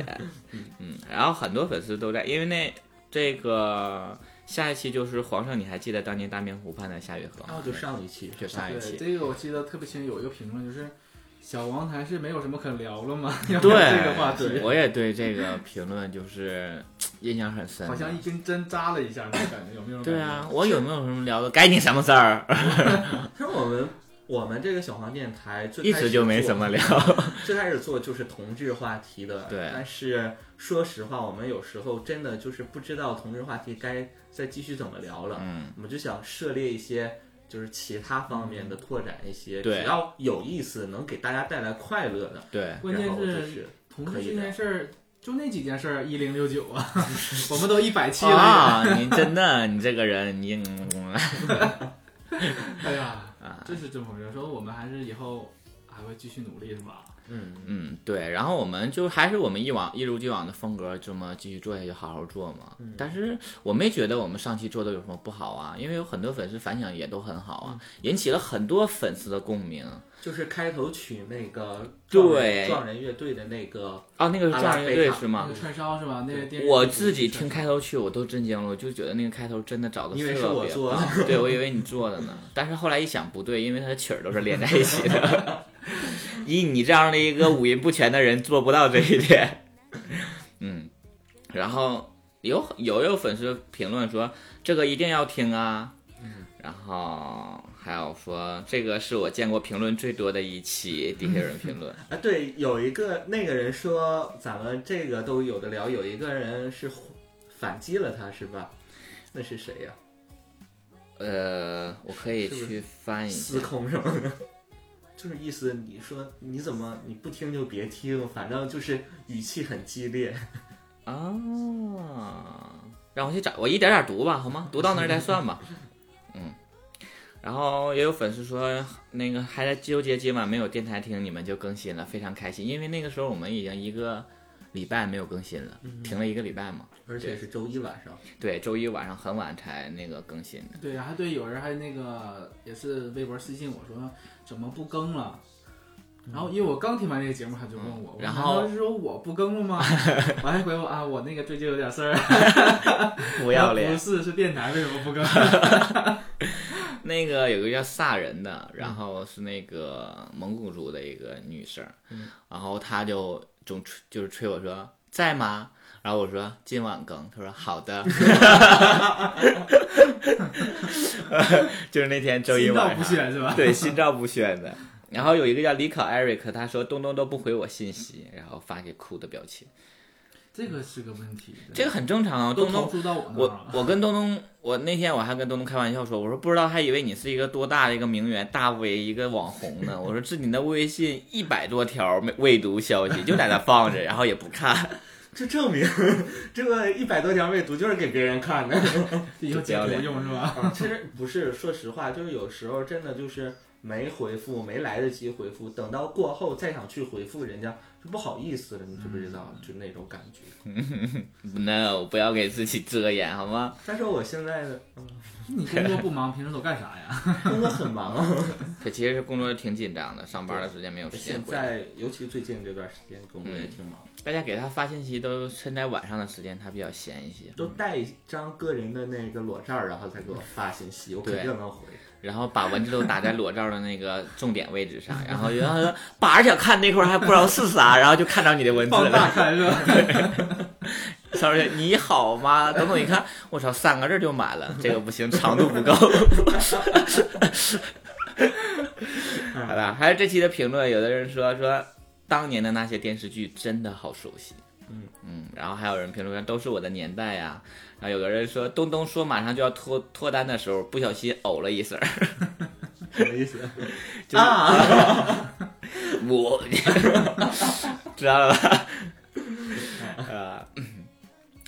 [SPEAKER 3] 嗯，然后很多粉丝都在，因为那这个下一期就是皇上，你还记得当年大明湖畔的夏雨荷
[SPEAKER 5] 然后
[SPEAKER 4] 哦
[SPEAKER 3] 吗？
[SPEAKER 5] 就上一期，
[SPEAKER 3] 就上一
[SPEAKER 4] 对，
[SPEAKER 3] 期。
[SPEAKER 4] 这个我记得特别清，有一个评论就是小王还是没有什么可聊了嘛，要
[SPEAKER 3] 对，
[SPEAKER 4] 聊这个话题，
[SPEAKER 3] 我也对这个评论就是印象很深。
[SPEAKER 4] 好像一根针扎了一下那种感觉，有没有那种感觉？
[SPEAKER 3] 对啊，我有没有什么聊的？该你什么事儿？
[SPEAKER 5] 其实我们我们这个小黄电台最
[SPEAKER 3] 一
[SPEAKER 5] 开始
[SPEAKER 3] 直就没
[SPEAKER 5] 做
[SPEAKER 3] 什么聊。
[SPEAKER 5] 最开始做就是同志话题的，
[SPEAKER 3] 对
[SPEAKER 5] 但是说实话，我们有时候真的就是不知道同志话题该再继续怎么聊了，
[SPEAKER 3] 嗯，
[SPEAKER 5] 我们就想涉猎一些就是其他方面的，拓展一些，
[SPEAKER 3] 对
[SPEAKER 5] 只要有意思，能给大家带来快乐的，
[SPEAKER 3] 对，
[SPEAKER 4] 关键
[SPEAKER 5] 然后就是是
[SPEAKER 4] 同志这件事儿，就那几件事儿，一零六九 啊，我们都一百期了，
[SPEAKER 3] 啊，你真的，你这个人，你嗯嗯
[SPEAKER 4] 哎呀，
[SPEAKER 3] 啊，
[SPEAKER 4] 这是真朋友说我们还是以后还会继续努力是吧？
[SPEAKER 5] 嗯，
[SPEAKER 3] 嗯，对，然后我们就还是我们一往一如既往的风格，这么继续做下去，好好做嘛。
[SPEAKER 5] 嗯
[SPEAKER 3] 但是我没觉得我们上期做的有什么不好啊，因为有很多粉丝反响也都很好啊，引起了很多粉丝的共鸣。
[SPEAKER 5] 就是开头曲那个壮
[SPEAKER 3] 对
[SPEAKER 5] 人壮人乐队的那个，
[SPEAKER 3] 哦，那个是
[SPEAKER 5] 阿拉
[SPEAKER 3] 壮
[SPEAKER 5] 菲
[SPEAKER 3] 乐队
[SPEAKER 5] 卡
[SPEAKER 3] 是
[SPEAKER 4] 那
[SPEAKER 3] 吗
[SPEAKER 4] 个？串烧是吧？那个电视
[SPEAKER 3] 我自己听开头曲我都震惊了，我就觉得那个开头真的找的
[SPEAKER 5] 因
[SPEAKER 3] 特
[SPEAKER 5] 为
[SPEAKER 3] 别
[SPEAKER 5] 是我做
[SPEAKER 3] 棒，对我以为你做的呢，但是后来一想不对，因为它的曲儿都是连在一起的， 以你这样的一个五音不全的人做不到这一点， 嗯，然后有有有粉丝评论说这个一定要听啊，
[SPEAKER 5] 嗯
[SPEAKER 3] 然后还有说这个是我见过评论最多的一期，底下有人评 论，
[SPEAKER 5] 啊，对，有一个那个人说咱们这个都有的聊，有一个人是反击了他是吧？那是谁呀、
[SPEAKER 3] 呃，我可以
[SPEAKER 5] 是不是
[SPEAKER 3] 去翻一下
[SPEAKER 5] 司。空什么的， 就是意思你说你怎么你不听就别听，反正就是语气很激烈。
[SPEAKER 3] 啊，让我去找，我一点点读吧，好吗？读到那儿再算吧。嗯，然后也有粉丝说，那个还在纠结今晚没有电台听，你们就更新了，非常开心，因为那个时候我们已经一个礼拜没有更新了，停了一个礼拜嘛。
[SPEAKER 5] 而且是周一晚上，
[SPEAKER 3] 对，周一晚上很晚才那个更新的。
[SPEAKER 4] 对，然后对有人还那个也是微博私信我说怎么不更了，然后因为我刚听完这个节目，他就问我，
[SPEAKER 3] 嗯然
[SPEAKER 4] 我难
[SPEAKER 3] 后
[SPEAKER 4] 道是说我不更 了吗？我还回我啊，我那个最近有点事儿，
[SPEAKER 3] 不
[SPEAKER 4] 不！是是电台为什么不更？
[SPEAKER 3] 那个有个叫萨人的，然后是那个蒙古族的一个女生，
[SPEAKER 5] 嗯
[SPEAKER 3] 然后她就总催，就是催我说在吗？然后我说今晚更，她说好的， 就是那天 周一
[SPEAKER 4] 心照
[SPEAKER 3] 晚
[SPEAKER 4] 不
[SPEAKER 3] 上，嗯
[SPEAKER 4] 宣是吧？
[SPEAKER 3] 对，心照不宣的。然后有一个叫李可 Eric，他说东东都不回我信息，然后发给哭的表情，
[SPEAKER 4] 这个是个问题，
[SPEAKER 3] 这个很正常啊。
[SPEAKER 4] 都
[SPEAKER 3] 东东
[SPEAKER 4] 投诉到我那儿
[SPEAKER 3] 我
[SPEAKER 4] 了。
[SPEAKER 3] 我跟东东，我那天我还跟东东开玩笑说，我说不知道，还以为你是一个多大的一个名媛大 V 一个网红呢。我说这你的微信一百多条没未读消息就在那放着，然后也不看，
[SPEAKER 5] 这证明 这个一百多条未读就是给别人看的。
[SPEAKER 4] 以后截图用是 吧？
[SPEAKER 5] 啊其实不是，说实话，就是有时候真的就是没回复，没来得及回复，等到过后再想去回复人家就不好意思了，你知不知道？
[SPEAKER 3] 嗯
[SPEAKER 5] 就那种感觉。
[SPEAKER 3] no 不要给自己遮掩好吗？
[SPEAKER 5] 但是我现在的
[SPEAKER 4] 你工作不忙，平时都干啥 呀？
[SPEAKER 5] 工作很忙 啊，
[SPEAKER 3] 这其实是工作挺紧张的，上班的时间没有嗯嗯时间
[SPEAKER 5] 现
[SPEAKER 3] 回来。
[SPEAKER 5] 在尤其最近这段时间工作也挺忙，
[SPEAKER 3] 大家给他发信息都趁在晚上的时间，他比较闲一些。
[SPEAKER 5] 都带一张个人的那个裸照，然后再给我发信息，我肯定能回。
[SPEAKER 3] 然后把文字都打在裸照的那个重点位置上，然后然后说 把着想看那块儿还不知道是啥，然后就看到你的文字
[SPEAKER 4] 放大
[SPEAKER 3] 了。
[SPEAKER 4] 看 是吧？
[SPEAKER 3] 小瑞，你好吗？等等，一看，我操，三个字就满了，这个不行，长度不够。好了，还有这期的评论，有的人说说当年的那些电视剧真的好熟悉。
[SPEAKER 5] 嗯
[SPEAKER 3] 嗯，然后还有人评论说都是我的年代呀、然后有个人说东东说马上就要脱脱单的时候，不小心呕了一声儿，
[SPEAKER 5] 什么意思？
[SPEAKER 3] 就是、啊， 我 知道了吧？啊，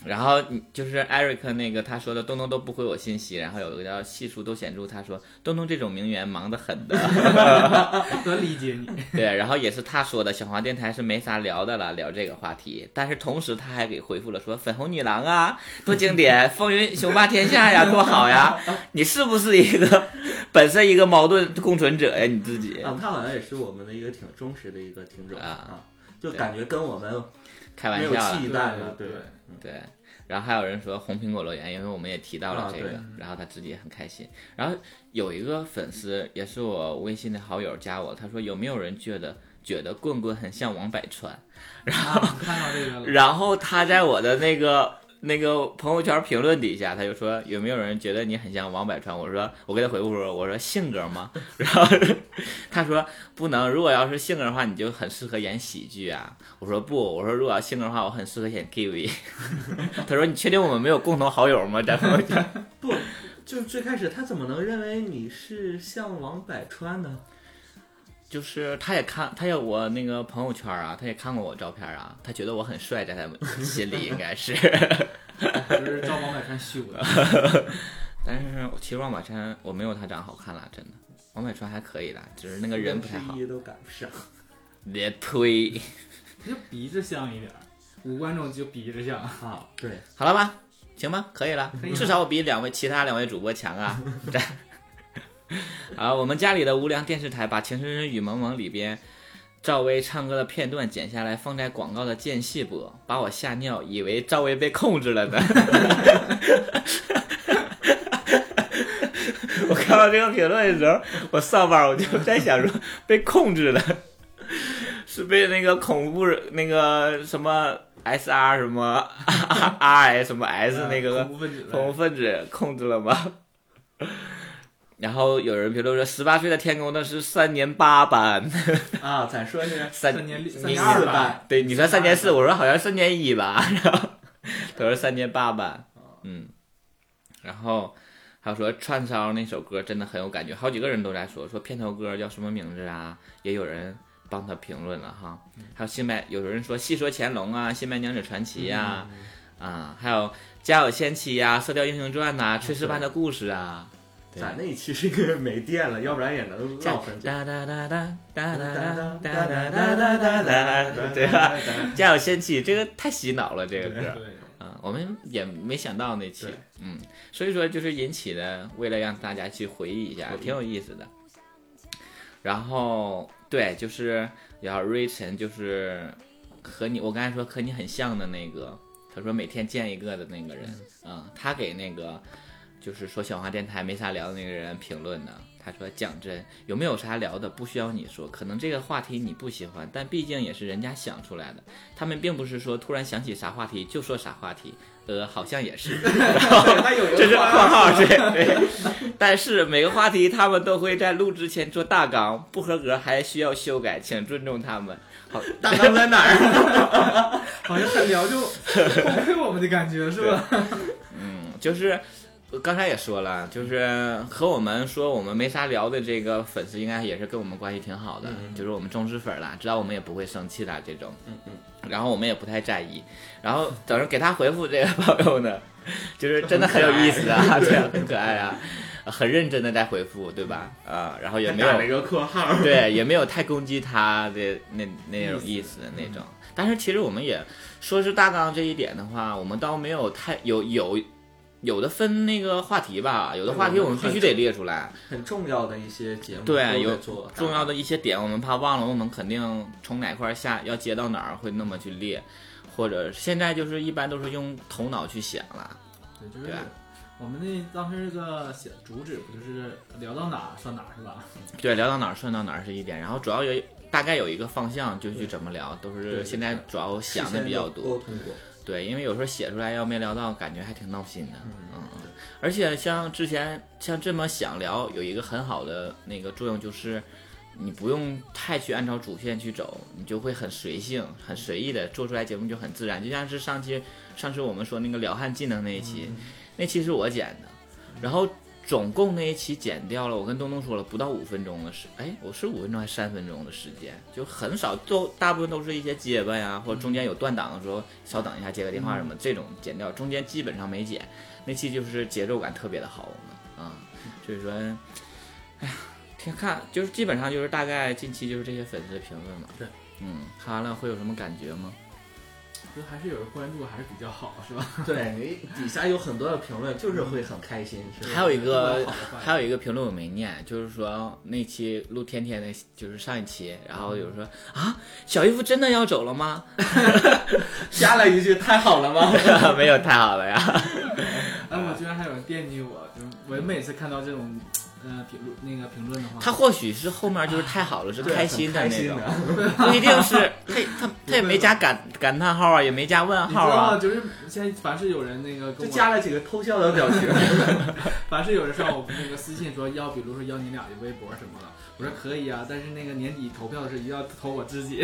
[SPEAKER 3] 然后你就是 Eric 那个他说的东东都不回我信息，然后有一个叫系数都显著，他说东东这种名媛忙得很的，
[SPEAKER 4] 多理解你，
[SPEAKER 3] 对，然后也是他说的，小黄电台是没啥聊的了，聊这个话题。但是同时他还给回复了说，粉红女郎啊，多经典，风云雄霸天下呀，多好呀！ 你是不是一个本身一个矛盾共存者呀？你自己
[SPEAKER 5] 啊，他好像也是我们的一个挺忠实的一个听众
[SPEAKER 3] 啊
[SPEAKER 5] 啊，就
[SPEAKER 3] 对
[SPEAKER 5] 感觉跟我们
[SPEAKER 3] 开玩
[SPEAKER 5] 没
[SPEAKER 3] 笑
[SPEAKER 5] 有
[SPEAKER 3] 了，
[SPEAKER 5] 忌惮了，
[SPEAKER 4] 对
[SPEAKER 5] 对
[SPEAKER 4] 对
[SPEAKER 3] 对。然后还有人说红苹果留言，因为我们也提到了
[SPEAKER 5] 啊
[SPEAKER 3] 这个，
[SPEAKER 5] 对
[SPEAKER 3] 然后他自己也很开心。然后有一个粉丝也是我微信的好友加我，他说有没有人觉得觉得棍棍很像王百川？
[SPEAKER 4] 啊，我看到这个了，
[SPEAKER 3] 然后他在我的那个那个朋友圈评论底下，他就说有没有人觉得你很像王百川？我说我给他回复说我说性格吗？ 然后他说不能，如果要是性格的话，你就很适合演喜剧啊。我说不，我说如果要性格的话，我很适合演 TV。他说你确定我们没有共同好友吗？在朋友圈？
[SPEAKER 5] 不，就是最开始他怎么能认为你是像王百川呢？
[SPEAKER 3] 就是他也看，他也我那个朋友圈啊，他也看过我照片啊，他觉得我很帅，在他们心里应该是。
[SPEAKER 4] 就是照王百川修的，
[SPEAKER 3] 但是其实王宝山我没有他长得好看啦，真的。王百川还可以啦，只是那个人不太好
[SPEAKER 5] 一。都赶不上。
[SPEAKER 3] 别推，
[SPEAKER 4] 就鼻子像一点儿，五官中就鼻子像。
[SPEAKER 5] 啊，对，
[SPEAKER 3] 好了吧？行吧，可以了，至少我比两位其他两位主播强啊。这 好，我们家里的无良电视台把《情深深雨蒙蒙》里边赵薇唱歌的片段剪下来，放在广告的间隙播，把我吓尿，以为赵薇被控制了呢。 我看到这个评论的时候，我上班我就在想说，被控制了， 是被那个恐怖那个什么 S R 什么 R S 什么 S 那个
[SPEAKER 4] 恐怖分子
[SPEAKER 3] 恐怖
[SPEAKER 4] 的，
[SPEAKER 3] 分子控制了吗？ 然后有人评论说，十八岁的天宫那是三年八班，
[SPEAKER 5] 啊，咱说是
[SPEAKER 3] 三
[SPEAKER 4] 三年六三
[SPEAKER 3] 你
[SPEAKER 4] 年
[SPEAKER 5] 二
[SPEAKER 4] 二
[SPEAKER 5] 班
[SPEAKER 4] 班，
[SPEAKER 3] 对你说三年四，我说好像三年一吧， 然后他说三年八班，
[SPEAKER 5] 哦
[SPEAKER 3] 嗯，然后还说串烧那首歌真的很有感觉，好几个人都在说说片头歌叫什么名字啊，也有人帮他评论了哈，
[SPEAKER 5] 嗯
[SPEAKER 3] 还有新白有人说戏说乾隆啊，新白娘子传奇
[SPEAKER 5] 嗯
[SPEAKER 3] 呀、啊，还有家有仙妻呀、射雕英雄传呐、炊事班的故事啊，对
[SPEAKER 5] 啊咱那一期是因为没电了，要不然也能唠很久。
[SPEAKER 3] 哒哒哒哒哒哒
[SPEAKER 5] 哒
[SPEAKER 3] 哒哒哒
[SPEAKER 5] 哒哒哒
[SPEAKER 3] 哒
[SPEAKER 5] 哒
[SPEAKER 3] 哒哒
[SPEAKER 5] 哒
[SPEAKER 3] 哒
[SPEAKER 5] 哒哒
[SPEAKER 3] 哒，对吧？家有仙妻，这个太洗脑了，这个歌。
[SPEAKER 4] 对，
[SPEAKER 3] 啊，我们也没想到那期
[SPEAKER 5] 对，
[SPEAKER 3] 嗯，所以说就是引起的，为了让大家去回忆一下，挺有意思的。然后对，就是然后瑞晨就是和你，我刚才说和你很像的那个，他说每天见一个的那个人，嗯，他给那个就是说小花电台没啥聊的那个人评论呢。他说：“讲真，有没有啥聊的，不需要你说。可能这个话题你不喜欢，但毕竟也是人家想出来的。他们并不是说突然想起啥话题就说啥话题，呃，好像也 是，
[SPEAKER 5] 他有一
[SPEAKER 3] 这是
[SPEAKER 5] 个
[SPEAKER 3] 括
[SPEAKER 5] 话，
[SPEAKER 3] 号对对。 但是每个话题他们都会在录之前做大纲，不合格还需要修改，请尊重他们。好，
[SPEAKER 5] 大纲在哪儿？
[SPEAKER 4] 好像很聊就崩溃我们的感觉是吧？
[SPEAKER 3] 嗯，就是。呃刚才也说了，就是和我们说我们没啥聊的这个粉丝，应该也是跟我们关系挺好的，
[SPEAKER 5] 嗯
[SPEAKER 3] 就是我们忠实粉啦，知道我们也不会生气啦这种。
[SPEAKER 5] 嗯嗯，
[SPEAKER 3] 然后我们也不太在意。然后等着给他回复这个朋友呢，就是真的很有意思啊， 对啊，很可爱啊，很认真的在回复，对吧？啊、然后也
[SPEAKER 5] 还
[SPEAKER 3] 没
[SPEAKER 5] 打了一
[SPEAKER 3] 有
[SPEAKER 5] 个括号。
[SPEAKER 3] 对，也没有太攻击他的那那种意思那种。但是其实我们也说是大纲这一点的话，我们倒没有太有有有的分那个话题吧，有的话题我们必须得列出来。
[SPEAKER 5] 很重要的一些节目
[SPEAKER 3] 对，啊
[SPEAKER 5] 都
[SPEAKER 3] 有
[SPEAKER 5] 在做
[SPEAKER 3] 重要的一些点，我们怕忘了，我们肯定从哪块儿下要接到哪儿会那么去列，或者现在就是一般都是用头脑去想了。
[SPEAKER 4] 对，就是
[SPEAKER 3] 对啊
[SPEAKER 4] 我们那当时这个小主旨不就是聊到哪儿算哪儿是吧？
[SPEAKER 3] 对，聊到哪儿算到哪儿是一点，然后主要有大概有一个方向，就去怎么聊，都是
[SPEAKER 5] 对
[SPEAKER 3] 现在主要想的比较多。
[SPEAKER 5] 沟通过，
[SPEAKER 3] 对，因为有时候写出来要没聊到，感觉还挺闹心的。嗯，嗯而且像之前像这么想聊，有一个很好的那个作用就是。你不用太去按照主线去走，你就会很随性、很随意的做出来节目就很自然。就像是上期上次我们说那个撩汉技能那一期，那期是我剪的，然后总共那一期剪掉了，我跟东东说了不到五分钟的时，哎，我是五分钟还是三分钟的时间，就很少，都大部分都是一些结巴呀，或者中间有断档的时候稍等一下接个电话什么、这种剪掉，中间基本上没剪。那期就是节奏感特别的好，我们啊，所以说，哎呀，听看就是基本上就是大概近期就是这些粉丝的评论嘛，
[SPEAKER 4] 对，
[SPEAKER 3] 嗯，看完了会有什么感觉吗？
[SPEAKER 4] 就还是有人关注还是比较好是吧？
[SPEAKER 5] 对，底下有很多的评论，就是会很开心，是吧？
[SPEAKER 3] 嗯还有一
[SPEAKER 4] 不
[SPEAKER 3] 个
[SPEAKER 4] 管好的坏的
[SPEAKER 3] 还有一个评论我没念，就是说那期录天天的，就是上一期，然后有人说啊，小姨夫真的要走了吗？
[SPEAKER 5] 加了一句太好了吗？
[SPEAKER 3] 没有，太好了呀。
[SPEAKER 4] 哎，我居然还有人惦记我，就我每次看到这种呃评论那个评论的话，
[SPEAKER 3] 他或许是后面就是太好了，是
[SPEAKER 5] 对
[SPEAKER 3] 开心的
[SPEAKER 5] 很 开
[SPEAKER 3] 那种，
[SPEAKER 5] 的，
[SPEAKER 3] 不一定是他他他也没加感感叹号啊，也没加问
[SPEAKER 4] 你知
[SPEAKER 3] 号
[SPEAKER 4] 道
[SPEAKER 3] 啊
[SPEAKER 4] 吗，。就是现在凡是有人那个
[SPEAKER 5] 就
[SPEAKER 4] 跟
[SPEAKER 5] 加
[SPEAKER 4] 我，
[SPEAKER 5] 了几个偷笑的表情。
[SPEAKER 4] 凡是有人上我那个私信说要，比如说要你俩的微博什么的，我说可以啊，但是那个年底投票的时候一定要投我自己。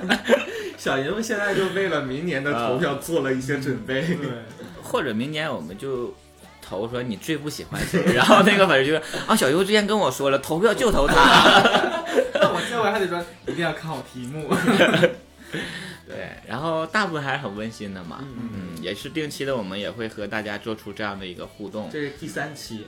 [SPEAKER 5] 小姨夫现在就为了明年的投票做了一些准备。
[SPEAKER 4] 啊对，
[SPEAKER 3] 或者明年我们就投说你最不喜欢谁，然后那个粉丝就说啊，小姨夫之前跟我说了，投票就投他。
[SPEAKER 4] 那我这回还得说一定要看好题目。
[SPEAKER 3] 对，然后大部分还是很温馨的嘛，嗯，也是定期的，我们也会和大家做出这样的一个互动，
[SPEAKER 5] 这是第三期，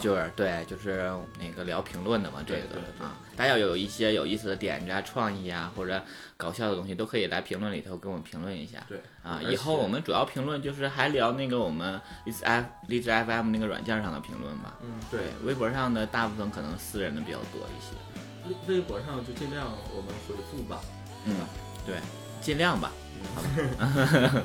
[SPEAKER 3] 就是对，就是那个聊评论的嘛，这
[SPEAKER 5] 对
[SPEAKER 3] 个
[SPEAKER 5] 对对
[SPEAKER 3] 啊，大家有一些有意思的点子啊、创意啊，或者搞笑的东西，都可以来评论里头给我们评论一下。
[SPEAKER 5] 对
[SPEAKER 3] 啊，
[SPEAKER 5] 而
[SPEAKER 3] 以后
[SPEAKER 5] 且
[SPEAKER 3] 我们主要评论就是还聊那个我们荔枝 F 荔枝 FM 那个软件上的评论吧。
[SPEAKER 5] 嗯，
[SPEAKER 3] 对，微博上的大部分可能私人的比较多一些，
[SPEAKER 5] 微微博上就尽量我们回复吧。
[SPEAKER 3] 嗯，对，尽量吧，
[SPEAKER 5] 嗯
[SPEAKER 3] 好吧，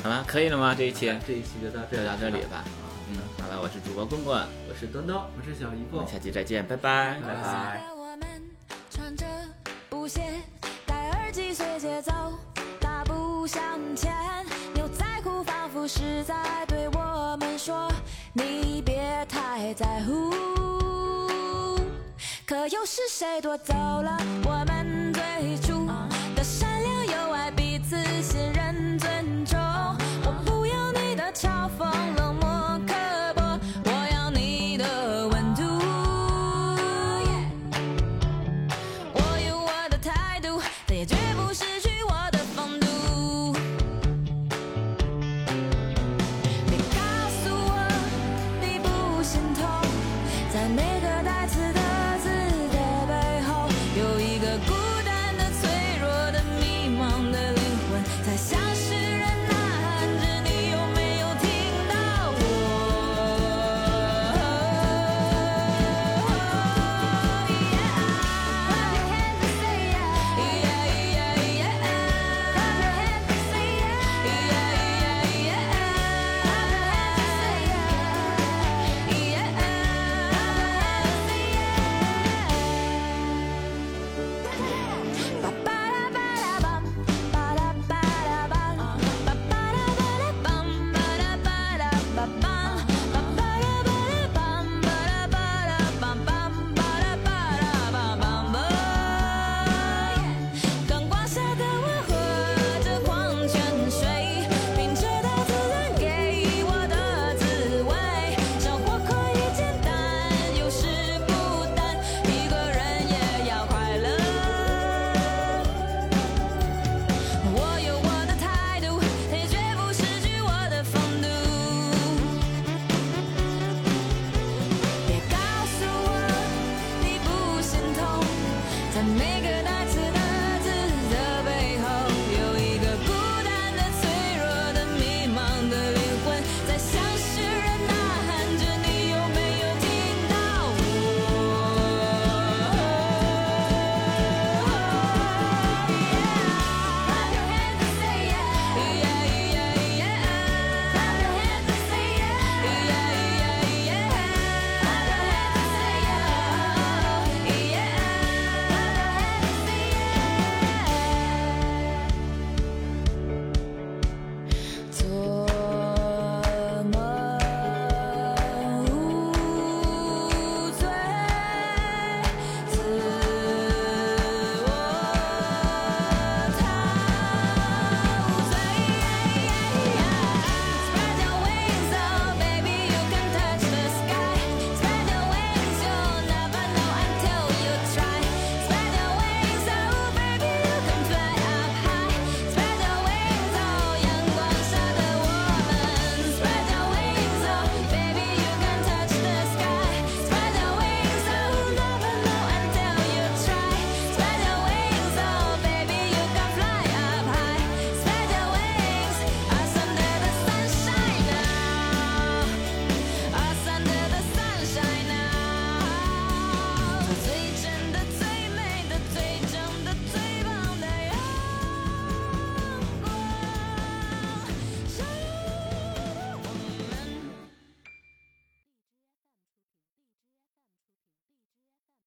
[SPEAKER 3] 好了，可以了吗？这一 期
[SPEAKER 5] 这一期就到这
[SPEAKER 3] 就
[SPEAKER 5] 里，
[SPEAKER 3] 到这里。吧。嗯，好了，我是主播棍棍，
[SPEAKER 5] 我是东东，
[SPEAKER 4] 我是小姨夫
[SPEAKER 3] 我们，下期再见，拜拜。
[SPEAKER 5] 拜
[SPEAKER 2] 现
[SPEAKER 5] 拜。
[SPEAKER 2] 在我们穿着布鞋，戴耳机随节奏，大步向前。牛仔裤仿佛是在对我们说：“你别太在乎。”可又是谁夺走了我们最初 oh, oh, oh, oh, oh,